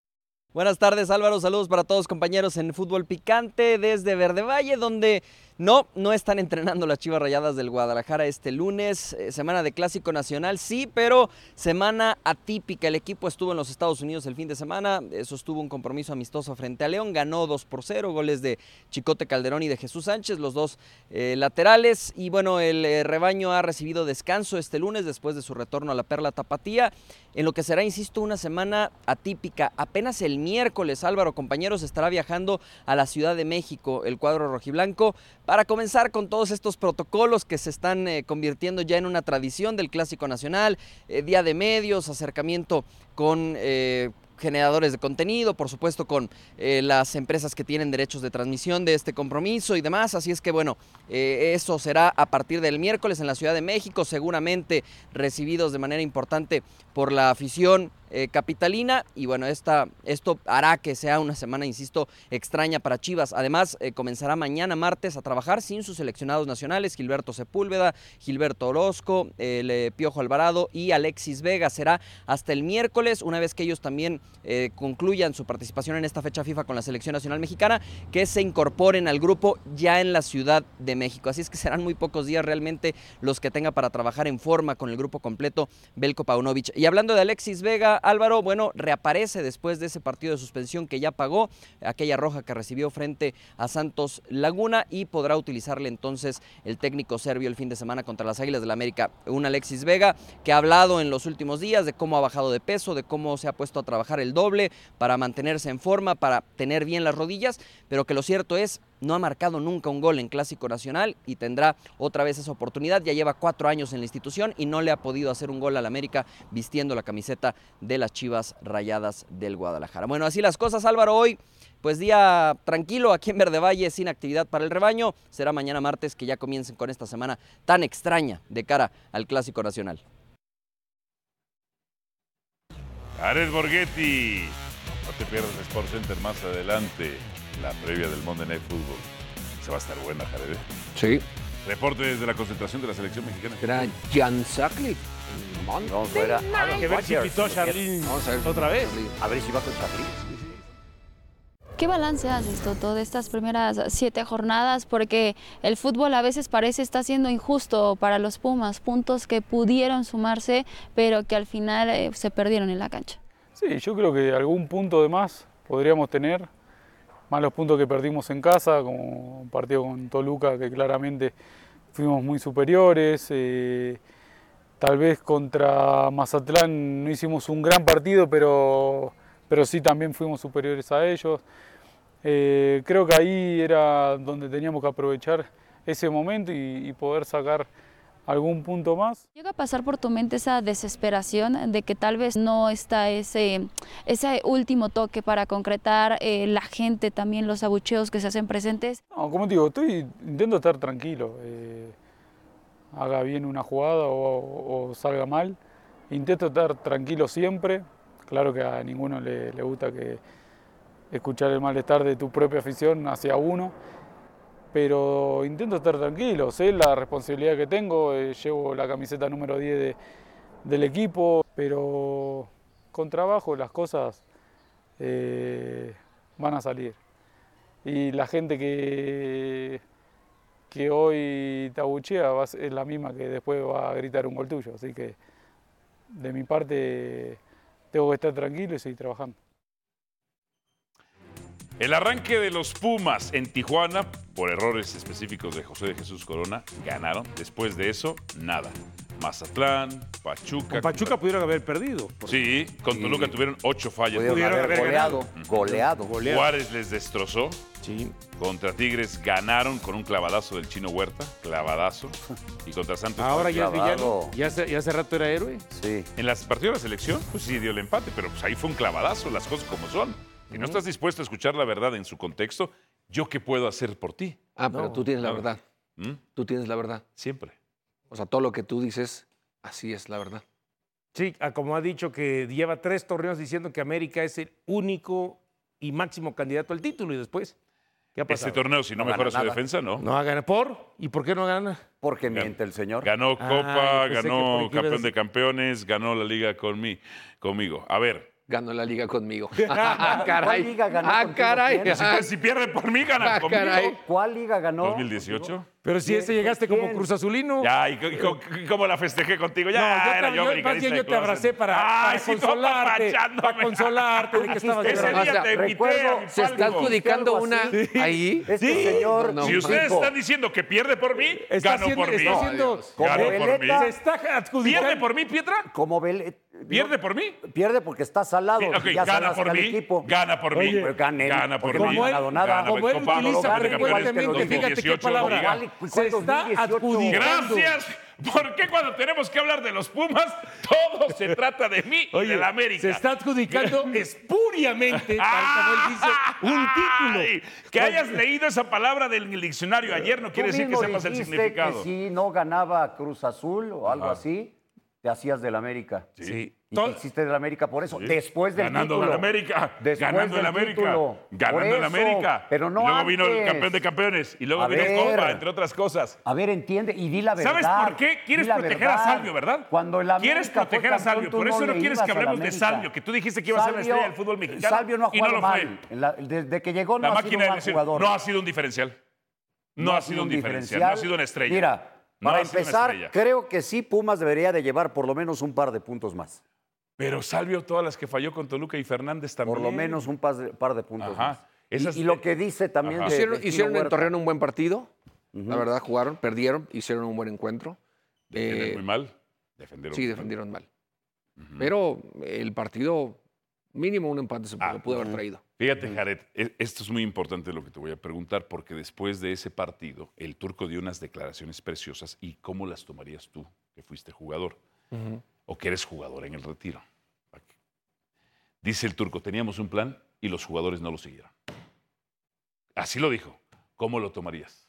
S11: Buenas tardes, Álvaro. Saludos para todos, compañeros en Fútbol Picante desde Verde Valle, donde no, no están entrenando las Chivas Rayadas del Guadalajara este lunes. eh, semana de Clásico Nacional, sí, pero semana atípica. El equipo estuvo en los Estados Unidos el fin de semana, eh, sostuvo un compromiso amistoso frente a León, ganó 2 por 0, goles de Chicote Calderón y de Jesús Sánchez, los dos eh, laterales. Y bueno, el eh, rebaño ha recibido descanso este lunes después de su retorno a la Perla Tapatía, en lo que será, insisto, una semana atípica. Apenas el miércoles, Álvaro, compañeros, estará viajando a la Ciudad de México el cuadro rojiblanco para comenzar con todos estos protocolos que se están eh, convirtiendo ya en una tradición del Clásico Nacional, eh, Día de Medios, acercamiento con... eh, generadores de contenido, por supuesto con eh, las empresas que tienen derechos de transmisión de este compromiso y demás. Así es que bueno, eh, eso será a partir del miércoles en la Ciudad de México, seguramente recibidos de manera importante por la afición eh, capitalina y bueno, esta, esto hará que sea una semana, insisto, extraña para Chivas. Además, eh, comenzará mañana martes a trabajar sin sus seleccionados nacionales, Gilberto Sepúlveda, Gilberto Orozco, el eh, Piojo Alvarado y Alexis Vega. Será hasta el miércoles, una vez que ellos también eh, concluyan su participación en esta fecha FIFA con la selección nacional mexicana, que se incorporen al grupo ya en la Ciudad de México. Así es que serán muy pocos días realmente los que tenga para trabajar en forma con el grupo completo Belko Paunovic. Y hablando de Alexis Vega, Álvaro, bueno, reaparece después de ese partido de suspensión que ya pagó, aquella roja que recibió frente a Santos Laguna y podrá utilizarle entonces el técnico serbio el fin de semana contra las Águilas del América. Un Alexis Vega que ha hablado en los últimos días de cómo ha bajado de peso, de cómo se ha puesto a trabajar el doble para mantenerse en forma, para tener bien las rodillas, pero que lo cierto es, no ha marcado nunca un gol en Clásico Nacional y tendrá otra vez esa oportunidad. Ya lleva cuatro años en la institución y no le ha podido hacer un gol al América vistiendo la camiseta de las Chivas Rayadas del Guadalajara. Bueno, así las cosas, Álvaro, hoy. Pues día tranquilo aquí en Verde Valle, sin actividad para el rebaño. Será mañana martes que ya comiencen con esta semana tan extraña de cara al Clásico Nacional.
S2: Ares Borghetti. No te pierdas Sport Center más adelante. La previa del Monday Night Football. Se va a estar buena, Jared. ¿eh?
S5: Sí.
S2: Reporte desde la concentración de la selección mexicana.
S5: Era Jan Sakli. No,
S4: Ah,
S2: fuera. Hay que ver si pitó Charly otra vez.
S3: A ver si va con Charly.
S12: ¿Qué balance haces, Toto, de estas primeras siete jornadas? Porque el fútbol a veces parece está siendo injusto para los Pumas, puntos que pudieron sumarse, pero que al final eh, se perdieron en la cancha.
S13: Sí, yo creo que algún punto de más podríamos tener, más los puntos que perdimos en casa, como un partido con Toluca, que claramente fuimos muy superiores. eh, tal vez contra Mazatlán no hicimos un gran partido, pero, pero sí también fuimos superiores a ellos. Eh, creo que ahí era donde teníamos que aprovechar ese momento y- y poder sacar algún punto más.
S12: ¿Llega a pasar por tu mente esa desesperación de que tal vez no está ese, ese último toque para concretar eh, la gente, también los abucheos que se hacen presentes?
S13: No, como te digo, estoy, intento estar tranquilo. eh, haga bien una jugada o, o salga mal. Intento estar tranquilo siempre. Claro que a ninguno le, le gusta que escuchar el malestar de tu propia afición hacia uno. Pero intento estar tranquilo. Sé la responsabilidad que tengo. eh, llevo la camiseta número 10 de- del equipo. Pero con trabajo las cosas eh, van a salir y la gente que, que hoy te abuchea va a ser- es la misma que después va a gritar un gol tuyo. Así que de mi parte tengo que estar tranquilo y seguir trabajando.
S2: El arranque de los Pumas en Tijuana, por errores específicos de José de Jesús Corona, ganaron. Después de eso, nada. Mazatlán, Pachuca.
S4: Con Pachuca pudieron haber perdido.
S2: Sí, con Toluca tuvieron ocho fallas.
S4: Pudieron Pudieron haber haber goleado, ganado. goleado. Goleado.
S2: Juárez les destrozó.
S4: Sí.
S2: Contra Tigres ganaron con un clavadazo del Chino Huerta. Clavadazo. Y contra Santos.
S4: Ahora ya es
S2: clavado.
S4: villano. Ya hace, ya hace rato era héroe.
S3: Sí.
S2: En las partidas de la selección, pues sí dio el empate, pero pues ahí fue un clavadazo, las cosas como son. Si no estás dispuesto a escuchar la verdad en su contexto, ¿yo qué puedo hacer por ti?
S5: Ah, pero tú tienes la verdad. Tú tienes la verdad.
S2: ¿Mm? Siempre.
S5: O sea, todo lo que tú dices, así es la verdad.
S4: Sí, ah, como ha dicho que lleva tres torneos diciendo que América es el único y máximo candidato al título y después. ¿Qué ha
S2: Este
S4: pasado?
S2: torneo, si no,
S4: gana
S2: mejora su
S4: nada.
S2: defensa, no.
S4: No gana por. ¿Y por qué no gana?
S3: Porque miente el señor.
S2: Ganó
S4: Ah,
S2: Copa,
S4: yo pensé que por
S2: ganó
S4: aquí ibas a
S2: Campeón de
S4: decir-
S2: Campeones, ganó la Liga con mí, conmigo. A ver,
S5: ganó la liga conmigo.
S3: ¿Cuál
S5: ah, caray.
S3: liga ganó
S5: ah,
S3: contigo,
S5: caray.
S3: quién?
S5: Ah,
S2: Si pierde por mí, gana
S5: Ah,
S2: conmigo.
S5: caray.
S3: ¿Cuál liga ganó?
S2: ¿2018?
S4: Pero si ese llegaste como Cruz Azulino.
S2: Ya, ¿y, co- y co- y cómo la festejé contigo? Ya,
S4: No, yo
S2: era yo
S4: te- yo-
S2: americanista
S4: más bien
S2: de
S4: yo te
S2: closet.
S4: abracé para-
S2: Ay,
S4: para
S2: sí, tú
S4: consolarte,
S2: apapachándome.
S4: para consolarte de que estabas
S2: Ese día
S4: llorando. O sea,
S2: te invité
S4: recuerdo,
S2: a mi
S5: se está
S2: palco.
S5: adjudicando una ahí.
S3: Este señor
S5: No, no,
S2: si ustedes
S5: Marco.
S2: están diciendo que pierde por mí,
S4: Está
S2: gano
S4: haciendo-
S2: por mí.
S4: está haciendo-
S2: Gano
S3: Como
S2: por mí.
S3: veleta.
S4: Se está adjudicando.
S2: ¿Pierde por mí, Pietra?
S3: Como Vele-
S2: ¿Pierde por mí?
S3: eh, Pierde porque está salado.
S2: Ok, gana
S3: ya salaste
S2: por
S3: al
S2: mí.
S3: equipo.
S2: Gana por mí.
S3: Oye, pues gana él,
S2: Gana por
S3: porque
S2: mí.
S3: no ha ganado nada.
S2: Gana por-
S4: Como él
S2: Copa
S4: utiliza
S2: Oro, Copa de Campeones,
S4: frecuentemente, fíjate qué
S2: 2018,
S4: palabra.
S2: Liga.
S3: Vale, pues,
S4: Se está
S3: 2018.
S4: adjudicando.
S2: Gracias. ¿Por qué cuando tenemos que hablar de los Pumas, todo se trata de mí y
S4: Oye,
S2: de la América?
S4: se está adjudicando espuriamente, tal como él dice, un
S2: Ay,
S4: título.
S2: Que hayas leído esa palabra del diccionario ayer no
S3: Tú
S2: quiere decir que
S3: mismo
S2: sepas el
S3: dijiste
S2: significado.
S3: Que si no ganaba Cruz Azul o algo así, te hacías del América.
S2: Sí.
S3: Y
S4: Todo-
S3: te hiciste del América por eso. Después del
S2: ganando
S3: título.
S2: del América,
S3: Después
S2: ganando
S3: del
S2: el América,
S3: título. Por
S2: ganando el
S3: eso,
S2: América.
S3: Pero no
S2: y luego vino el
S3: antes.
S2: campeón de campeones y luego
S3: A
S2: vino
S3: ver.
S2: Copa, entre otras cosas.
S3: A ver, entiende y di la verdad.
S2: ¿Sabes por qué?
S3: Di
S2: Quieres
S3: la
S2: proteger
S3: verdad.
S2: a Salvio, ¿verdad?
S3: Cuando el América
S2: Quieres
S3: fue
S2: proteger a
S3: campeón,
S2: Salvio,
S3: tú
S2: por eso no
S3: le
S2: quieres
S3: ibas
S2: que
S3: a la
S2: hablemos de
S3: América.
S2: Salvio, que tú dijiste que iba a ser la
S3: Salvio-
S2: estrella del fútbol mexicano
S3: Salvio no ha
S2: y no
S3: jugado
S2: lo fue.
S3: mal. En la- desde que llegó no
S2: La
S3: ha sido
S2: máquina
S3: un
S2: de
S3: mal
S2: decir,
S3: jugador.
S2: no ha sido un diferencial. No, ha sido un diferencial, no ha sido una estrella.
S3: Mira,
S2: No
S3: para
S2: ha sido una
S3: empezar,
S2: estrella.
S3: creo que sí Pumas debería de llevar por lo menos un par de puntos más.
S2: Pero Salvio, todas las que falló con Toluca y Fernández también.
S3: Por lo menos un par de, par de puntos
S2: Ajá.
S3: más. Y-
S2: Esas-
S3: y, lo que dice también
S2: Ajá.
S3: de- de
S5: Hicieron,
S3: Tino
S5: hicieron en
S3: Huerta.
S5: Torreón un buen partido. La verdad, jugaron, perdieron, hicieron un buen encuentro.
S2: Defender
S5: Eh,
S2: muy mal. Defendieron
S5: sí,
S2: muy
S5: defendieron mal. Pero el partido, mínimo un
S2: Ah,
S5: empate se pudo, pudo haber traído.
S2: Fíjate, Jared, e- esto es muy importante lo que te voy a preguntar, porque después de ese partido, el turco dio unas declaraciones preciosas y cómo las tomarías tú, que fuiste jugador o que eres jugador en el retiro. Aquí. Dice el turco, teníamos un plan y los jugadores no lo siguieron. Así lo dijo. ¿Cómo lo tomarías?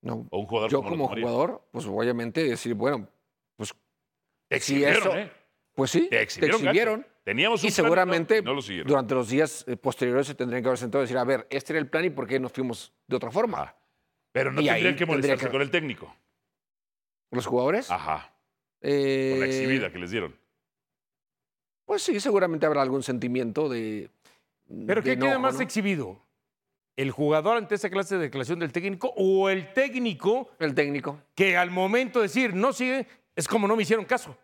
S5: No,
S2: O un jugador
S5: yo
S2: ¿cómo lo
S5: como
S2: tomaría?
S5: jugador, pues obviamente decir, bueno, pues,
S2: Te
S5: si
S2: exhibieron,
S5: eso-
S2: ¿eh?
S5: pues sí,
S2: Te exhibieron. gacho. Teníamos un
S5: Y
S2: plan no-
S5: seguramente
S2: no, lo siguieron.
S5: durante los días eh, posteriores se tendrían que haber sentado y decir, a ver, este era el plan y por qué nos fuimos de otra forma.
S2: Ajá. Pero no
S5: y ahí
S2: tendrían que
S5: tendría
S2: molestarse
S5: que-
S2: con el técnico.
S5: ¿Los jugadores?
S2: Ajá.
S5: eh,
S2: Con la exhibida que les dieron.
S5: Pues sí, seguramente habrá algún sentimiento de.
S4: Pero
S5: de
S4: ¿qué queda
S5: enojo,
S4: más
S5: ¿no?
S4: exhibido? ¿El jugador ante esa clase de declaración del técnico o el técnico
S5: El técnico.
S4: que al momento de decir no sigue es como no me hicieron caso?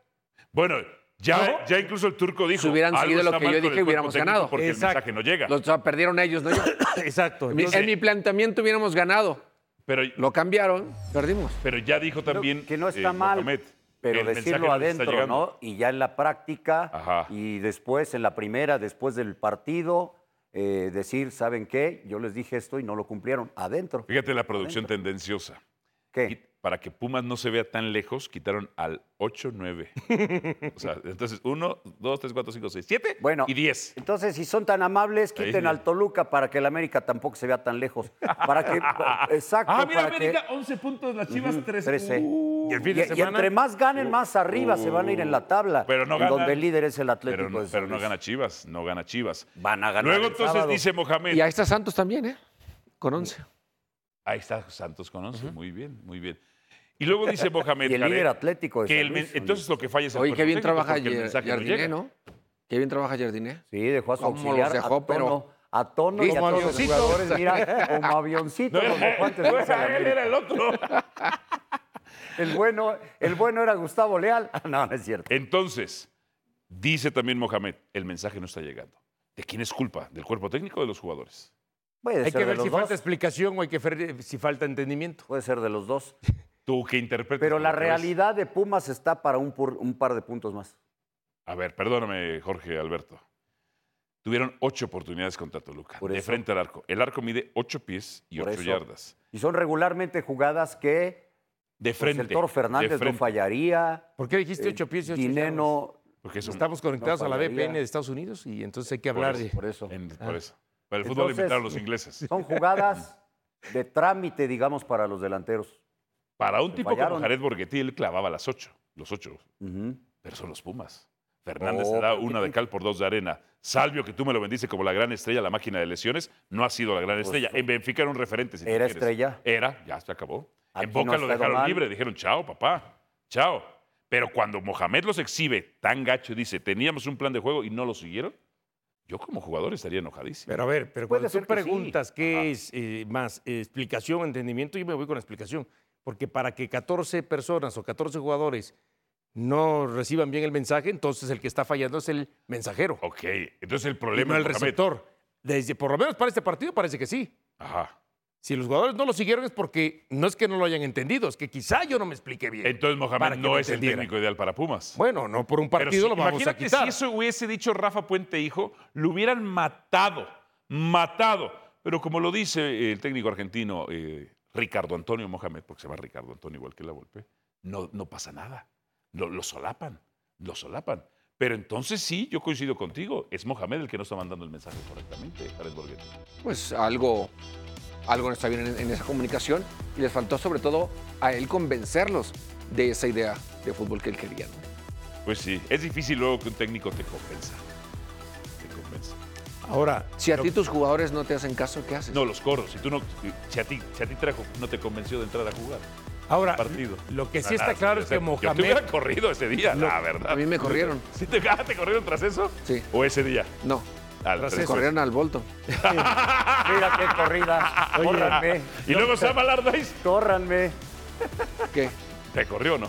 S2: Bueno, ya,
S4: ¿No?
S2: ya incluso el turco dijo.
S5: Si hubieran
S2: "Algo
S5: seguido lo
S2: está
S5: que
S2: mal
S5: yo
S2: con el
S5: dije, hubiéramos
S2: cuerpo técnico
S5: ganado".
S2: Porque
S4: Exacto.
S2: el mensaje no llega.
S5: Los o sea, perdieron ellos, ¿no? yo.
S4: Exacto.
S5: En mi-
S4: entonces-
S5: en mi planteamiento hubiéramos ganado.
S2: Pero,
S5: Lo cambiaron, perdimos.
S2: pero ya dijo también.
S3: que no está
S2: eh,
S3: mal,
S2: Mohamed,
S3: Pero
S2: el mensaje
S3: decirlo
S2: no les está
S3: adentro,
S2: llegando.
S3: ¿no? Y ya en la práctica
S2: Ajá.
S3: y después en la primera, después del partido, eh, decir, ¿saben qué? Yo les dije esto y no lo cumplieron. Adentro.
S2: Fíjate la producción tendenciosa. Y
S3: ¿Qué?
S2: Para que Pumas no se vea tan lejos, quitaron al 8, 9. o sea, entonces 1, 2, 3, 4, 5, 6, 7
S3: Bueno.
S2: y 10.
S3: Entonces, si son tan amables,
S2: Ahí
S3: quiten
S2: sí.
S3: al Toluca para que el América tampoco se vea tan lejos. Para que, exacto,
S2: Ah, mira,
S3: para que-
S2: América, 11 puntos, las chivas
S3: Ujú,
S2: 13.
S3: trece.
S2: Y el fin
S3: Y,
S2: de
S3: y
S2: semana. uh.
S3: entre más ganen, más arriba se van a ir en la tabla.
S2: Pero no
S3: en
S2: ganan.
S3: Donde el líder es el Atlético
S2: pero, no-
S3: de San
S2: Mm, pero no
S3: Luis.
S2: gana Chivas, no gana Chivas.
S3: Pues, Van a ganar
S2: Luego
S3: el
S2: entonces
S3: sábado.
S2: dice Mohamed.
S5: Y ahí está Santos también, ¿eh? Con 11.
S2: Ahí está Santos con 11. Muy bien, muy bien. Y luego dice Mohamed
S3: Y el
S2: Jared,
S3: líder Atlético de
S2: que
S3: San
S2: el men-
S3: Luis,
S2: Entonces lo que falla es el
S5: Oye, qué
S2: cuerpo
S5: bien
S2: técnico,
S5: trabaja
S2: porque el
S5: Yer-
S2: mensaje no
S5: Jardiné,
S2: llega.
S5: ¿no? Qué bien trabaja Jardiné.
S3: Sí, dejó a su
S5: ¿Cómo los
S3: auxiliar
S5: dejó,
S3: a tono, a tono y a
S5: Como
S3: todos los
S5: avioncito.
S3: jugadores, mira, como avioncito.
S2: No, eh,
S3: los dejó antes de
S2: no
S3: irse a la
S2: era él,
S3: América.
S2: era el otro.
S3: el, bueno, el bueno era Gustavo Leal. No, no es cierto.
S2: Entonces, dice también Mohamed, el mensaje no está llegando. ¿De quién es culpa? ¿Del cuerpo técnico o de los jugadores?
S3: Puede
S4: Hay
S3: ser
S4: que
S3: de
S4: ver
S3: los
S4: si
S3: dos.
S4: falta explicación o hay que ver si falta entendimiento.
S3: Puede ser de los dos.
S2: Tú que interpretas.
S3: Pero
S2: por
S3: la
S2: lo que ves.
S3: realidad de Pumas está para un, pur- un par de puntos más.
S2: A ver, perdóname, Jorge Alberto. Tuvieron ocho oportunidades contra Toluca,
S3: Por
S2: de
S3: eso.
S2: frente al arco. El arco mide ocho pies y
S3: Por
S2: ocho
S3: eso.
S2: yardas.
S3: Y son regularmente jugadas que
S2: De
S3: pues,
S2: frente.
S3: el Toro
S2: de
S3: Fernández no
S2: frente.
S3: fallaría.
S4: ¿Por qué dijiste
S3: eh,
S4: ocho pies y ocho yardas?
S3: Dineno,
S2: Porque es un-
S4: Estamos conectados
S3: no
S4: a la
S3: fallaría.
S4: VPN de Estados Unidos y entonces hay que
S2: Por
S4: hablar
S2: eso,
S4: de... Ah.
S3: por eso.
S2: en- por eso. Para el fútbol lo
S3: Entonces-
S2: inventaron los ingleses.
S3: Son jugadas de trámite, digamos, para los delanteros.
S2: Para un
S3: Se
S2: tipo
S3: fallaron.
S2: como Jared Borghetti, él clavaba las ocho. Los ocho.
S3: Ujú.
S2: Pero son los Pumas. Fernández se da
S3: Oh, pero qué
S2: una de
S3: tipo.
S2: cal por dos de arena. Salvio, que tú me lo bendices como la gran estrella, la máquina de lesiones, no ha sido la gran estrella. En Benfica era un referente. si tú
S3: Era
S2: quieres.
S3: estrella.
S2: Era, ya se acabó. en
S3: Aquí
S2: Boca
S3: no ha
S2: lo
S3: estado
S2: dejaron
S3: mal.
S2: libre, dijeron chao, papá, chao. Pero cuando Mohamed los exhibe tan gacho y dice, teníamos un plan de juego y no lo siguieron, Yo como jugador estaría enojadísimo.
S4: Pero a ver, pero cuando tú
S2: ser que sí.
S4: preguntas qué es eh, más eh, explicación, entendimiento, yo me voy con la explicación. Porque para que 14 personas o 14 jugadores no reciban bien el mensaje, entonces el que está fallando es el mensajero.
S2: Ok, entonces el problema
S4: es el
S2: es Mohamed.
S4: receptor. Desde, por lo menos para este partido parece que sí.
S2: Ajá.
S4: Si los jugadores no lo siguieron es porque no es que no lo hayan entendido, es que quizá yo no me expliqué bien.
S2: Entonces Mohamed
S4: Para que
S2: no
S4: lo
S2: es el
S4: entendieran.
S2: técnico ideal para Pumas.
S4: Bueno, no por un partido
S2: Pero sí,
S4: lo vamos a
S2: imagínate
S4: quitar.
S2: si eso hubiese dicho Rafa Puente Hijo, lo hubieran matado, matado. Pero como lo dice eh, el técnico argentino eh, Ricardo Antonio Mohamed, porque se llama Ricardo Antonio igual que la golpe, no, no pasa nada. Lo, lo solapan, lo solapan. Pero entonces sí, yo coincido contigo, es Mohamed el que no está mandando el mensaje correctamente, Jared Borghetti.
S5: pues algo, algo no está bien en, en esa comunicación y les faltó sobre todo a él convencerlos de esa idea de fútbol que él quería. ¿no?
S2: Pues sí, es difícil luego que un técnico te convenza. Te convenza.
S4: Ahora,
S5: si a ti tus jugadores no te hacen caso, ¿qué haces?
S2: No, los coros. Si, tú no, si, a ti, si a ti trajo, no te convenció de entrar a jugar.
S4: Ahora,
S2: partido.
S4: lo que sí
S2: No,
S4: está
S2: nada,
S4: claro es que
S2: yo te- Yo
S4: Mohamed-
S2: te hubiera corrido ese día,
S4: Lo-
S2: la verdad.
S5: a mí me corrieron.
S2: ¿Sí te, ah, te corrieron tras eso?
S5: Sí.
S2: ¿O ese día?
S5: No,
S2: Al
S5: me corrieron al Bolton.
S3: Mira qué corrida. Córranme.
S2: Y luego Sam Allardyce
S3: Córranme.
S5: ¿Qué?
S2: te corrió, ¿no?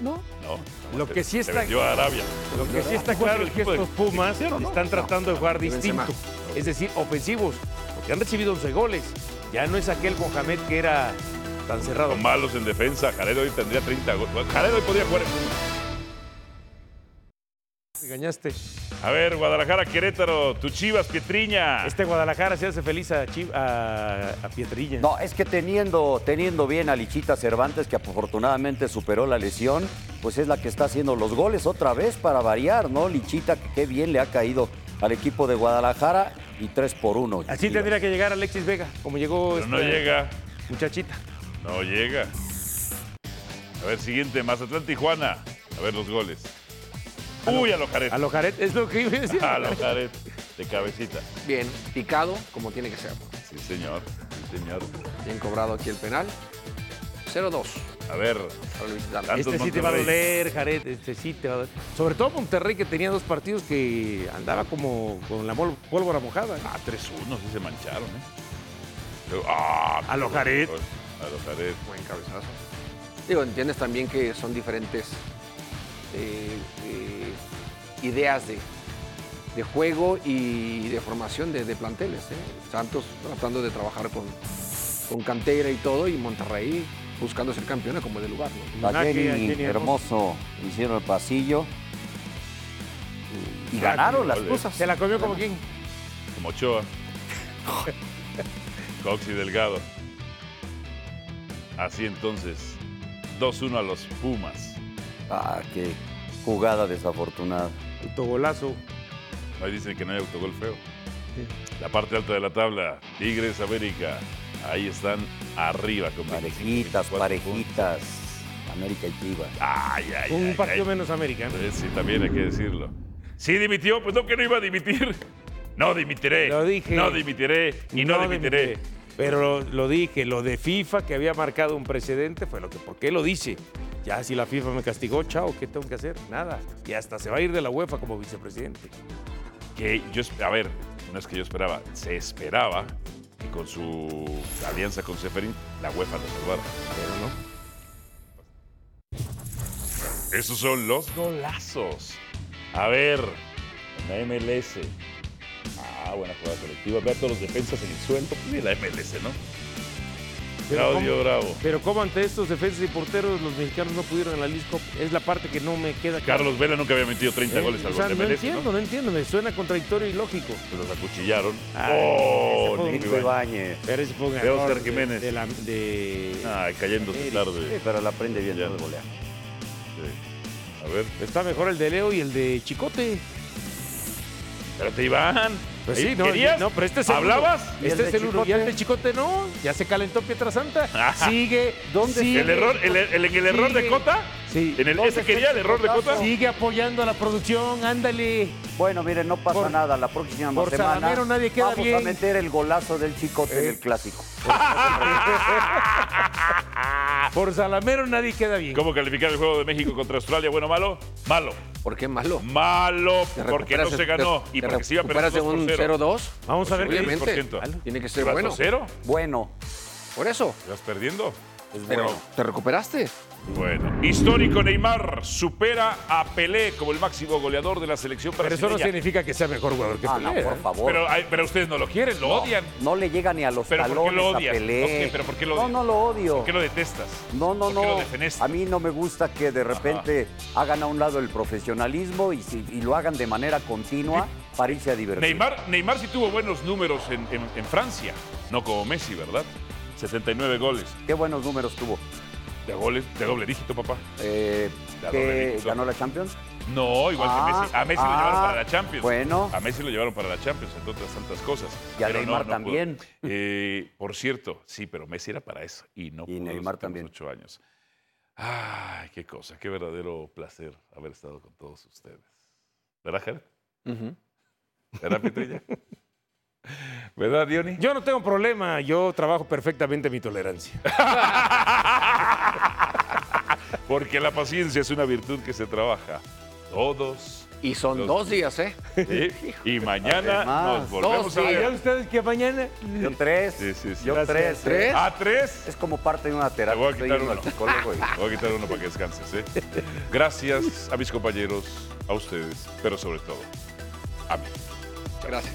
S5: No.
S2: No.
S4: Lo
S2: te-
S4: que sí
S2: Te
S4: está-
S2: vendió a Arabia.
S4: Lo que sí está claro es que estos Pumas están tratando de jugar distinto, es decir, ofensivos, porque han recibido 11 goles. Ya no es aquel Mohamed que era tan cerrado.
S2: Son malos en defensa. Jared hoy tendría 30 goles. Jared hoy podía jugar en Pumas.
S4: Te engañaste.
S2: A ver, Guadalajara, Querétaro, tu Chivas, Pietriña.
S4: Este Guadalajara se hace feliz a, Chiv- a, a Pietrilla.
S3: No, es que teniendo, teniendo bien a Lichita Cervantes, que afortunadamente superó la lesión, pues es la que está haciendo los goles otra vez para variar, ¿no? Lichita, que qué bien le ha caído al equipo de Guadalajara y 3 por 1.
S4: Así tendría que llegar Alexis Vega, como llegó este
S2: Pero no
S4: esta
S2: llega.
S4: muchachita.
S2: No llega. A ver, siguiente, Mazatlán, Tijuana. A ver los goles. Uy, a lo Jared.
S4: A lo Jared, es lo que iba a decir.
S2: A lo Jared. De cabecita.
S5: Bien, picado como tiene que ser.
S2: Sí, señor. Sí, señor.
S5: Bien cobrado aquí el penal. 0-2
S2: A ver,
S5: para el visitante.
S2: Santos
S4: Este sí te va a
S2: Monterrey.
S4: doler, Jared, este sí te va a doler. Sobre todo Monterrey, que tenía dos partidos que andaba como con la mol- pólvora mojada.
S2: Ah, 3-1, sí se mancharon, ¿eh? Luego- ah,
S4: A lo Jared.
S2: A lo Jared.
S5: Buen cabezazo. Digo, entiendes también que son diferentes eh, eh, ideas de, de juego y de formación de, de planteles. ¿eh? Santos tratando de trabajar con, con cantera y todo, y Monterrey buscando ser campeona como de lugar. ¿no?
S3: A
S4: Iñaki,
S3: Jenny
S4: a Jenny
S3: Hermoso hicieron el pasillo y ganaron las cosas.
S4: Se la comió como quien.
S2: Como Ochoa. Cox y Delgado. Así entonces, 2-1 a los Pumas.
S3: Ah, qué jugada desafortunada.
S4: Togolazo.
S2: Ahí dicen que no hay autogol feo. La parte alta de la tabla, Tigres América. Ahí están arriba con 25,
S3: Parejitas,
S2: 24 puntos.
S3: parejitas. América y Chivas.
S2: Ay, ay,
S4: Un
S2: ay,
S4: partido
S2: ay.
S4: menos América.
S2: Eh, Sí, también hay que decirlo. Sí dimitió, pues no que no iba a dimitir. No dimitiré.
S4: Lo dije.
S2: No dimitiré y no, dimitiré.
S4: Pero lo, lo dije, lo de FIFA que había marcado un precedente fue lo que, ¿por qué lo dice? Ya si la FIFA me castigó, chao, ¿qué tengo que hacer? Nada. Y hasta se va a ir de la UEFA como vicepresidente.
S2: Que yo, esp- a ver, no es que yo esperaba, se esperaba que con su alianza con Seferin la UEFA lo salvara. Pero no. Esos son los golazos. A ver, en la MLS. Ah, buena jugada colectiva. Ve a todos los defensas en el suelo. Pues, la MLS, ¿no? Claudio Bravo.
S4: Pero como ante estos defensas y porteros los mexicanos no pudieron en la League Cup, es la parte que no me queda clara.
S2: Carlos Vela nunca había metido 30
S4: Eh,
S2: goles al
S4: o sea,
S2: gol de
S4: no
S2: MLS,
S4: entiendo, ¿no? entiendo, me suena contradictorio y lógico.
S2: Pues los acuchillaron.
S4: Ay, Ah, ese fue
S2: ¡Oh!
S4: un
S2: Nico
S3: Felipe
S2: Ibáñez.
S3: Bañez.
S4: Pero ese fue un
S2: De
S4: error
S2: Oscar
S4: de-
S2: Jiménez.
S4: de la- de-
S2: Ay, cayéndose tarde.
S3: Pero la aprende bien el golear.
S2: Sí. A ver,
S4: Está mejor el de Leo y el de Chicote.
S2: espérate, Iván.
S4: Pues
S2: Ahí,
S4: sí, no,
S2: ¿querías?
S4: no, pero este es el
S2: ¿Hablabas?
S4: uno.
S3: ¿Y el
S4: Este
S3: de
S4: es el uno. Y el
S3: Chicote?
S4: de Chicote no. Ya se calentó Pietra Santa. Sigue.
S3: ¿Dónde
S4: sigue,
S2: El error, el, el- el- el error de
S4: sigue.
S2: Cota.
S4: Sí.
S2: En el, ese quería el error de Cota.
S4: Sigue apoyando a la producción. Ándale.
S3: Bueno, miren, no pasa
S4: Por-
S3: nada. La próxima
S4: por
S3: semana
S4: Sabanero nadie queda
S3: vamos a
S4: bien. Eh,
S3: meter el golazo del chicote del clásico.
S4: Por Salamero nadie queda bien.
S2: ¿Cómo calificar el juego de México contra Australia? Bueno, malo, malo.
S5: ¿Por qué malo?
S2: Malo,
S5: Te
S2: porque no
S5: recuperas-
S2: se ganó.
S5: te-
S2: Y
S5: te
S2: porque se iba a perder
S5: recuperas de
S2: 2 por
S5: un
S2: 0.
S5: 0-2.
S2: Vamos a ver qué
S5: Obviamente. Tiene que ser bueno.
S2: ¿Cero?
S3: Bueno.
S5: Por eso.
S2: ¿Estás perdiendo?
S5: Pero
S2: bueno.
S5: te recuperaste.
S2: Bueno. Histórico Neymar supera a Pelé como el máximo goleador de la selección
S4: Pero
S2: brasileña.
S4: eso no significa que sea mejor jugador que
S2: Ah,
S4: Pelé,
S2: no, por
S4: ¿eh?
S2: favor. Pero, ay, pero ustedes no lo quieren, lo odian.
S3: No le llega ni a los
S2: ¿Pero por qué
S3: talones
S2: lo odias?
S3: a Pelé.
S2: Ok, ¿pero por qué lo
S3: no,
S2: odias?
S3: no lo odio.
S2: ¿Por qué lo detestas?
S3: No, no,
S2: ¿Por qué lo
S3: no.
S2: defenestas?
S3: A mí no me gusta que de repente hagan a un lado el profesionalismo y, si- y lo hagan de manera continua
S2: Eh,
S3: para irse a divertir.
S2: Neymar, Neymar sí tuvo buenos números en, en- en Francia, no como Messi, ¿verdad? 79 goles.
S3: ¿Qué buenos números tuvo?
S2: De goles, de doble dígito, papá.
S3: Eh,
S2: De doble
S3: ¿Que
S2: dígito.
S3: ganó la Champions?
S2: No, igual
S3: Ah,
S2: que Messi. A Messi lo
S3: ah,
S2: llevaron para la Champions.
S3: bueno.
S2: A Messi lo llevaron para la Champions, entre otras tantas cosas.
S3: Y a
S2: Pero no,
S3: Neymar
S2: no pudo.
S3: también.
S2: Eh, por cierto, sí, pero Messi era para eso. Y no
S3: Y
S2: pudo
S3: Neymar
S2: los últimos
S3: también.
S2: ocho años. Ay, qué cosa, qué verdadero placer haber estado con todos ustedes. ¿Verdad, Jared? ¿Verdad, Pitrulla? ¿Verdad, Diony?
S4: Yo no tengo problema, yo trabajo perfectamente mi tolerancia.
S2: Porque la paciencia es una virtud que se trabaja todos.
S5: Y son dos días, ¿eh?
S2: Sí, Y mañana
S5: Además,
S2: nos volvemos
S5: dos
S2: a
S5: días.
S2: ver.
S4: ustedes que mañana?
S3: Yo tres.
S2: Sí, sí, sí.
S3: Yo tres.
S2: Gracias.
S3: ¿eh?
S2: ¿Ah, tres?
S3: Es como parte de una
S2: Te
S3: terapia.
S2: voy a
S3: Estoy
S2: quitar
S3: yendo
S2: uno.
S3: al psicólogo y-
S2: Te voy a quitar uno para que descanses, ¿eh? Gracias a mis compañeros, a ustedes, pero sobre todo, a mí.
S5: Gracias.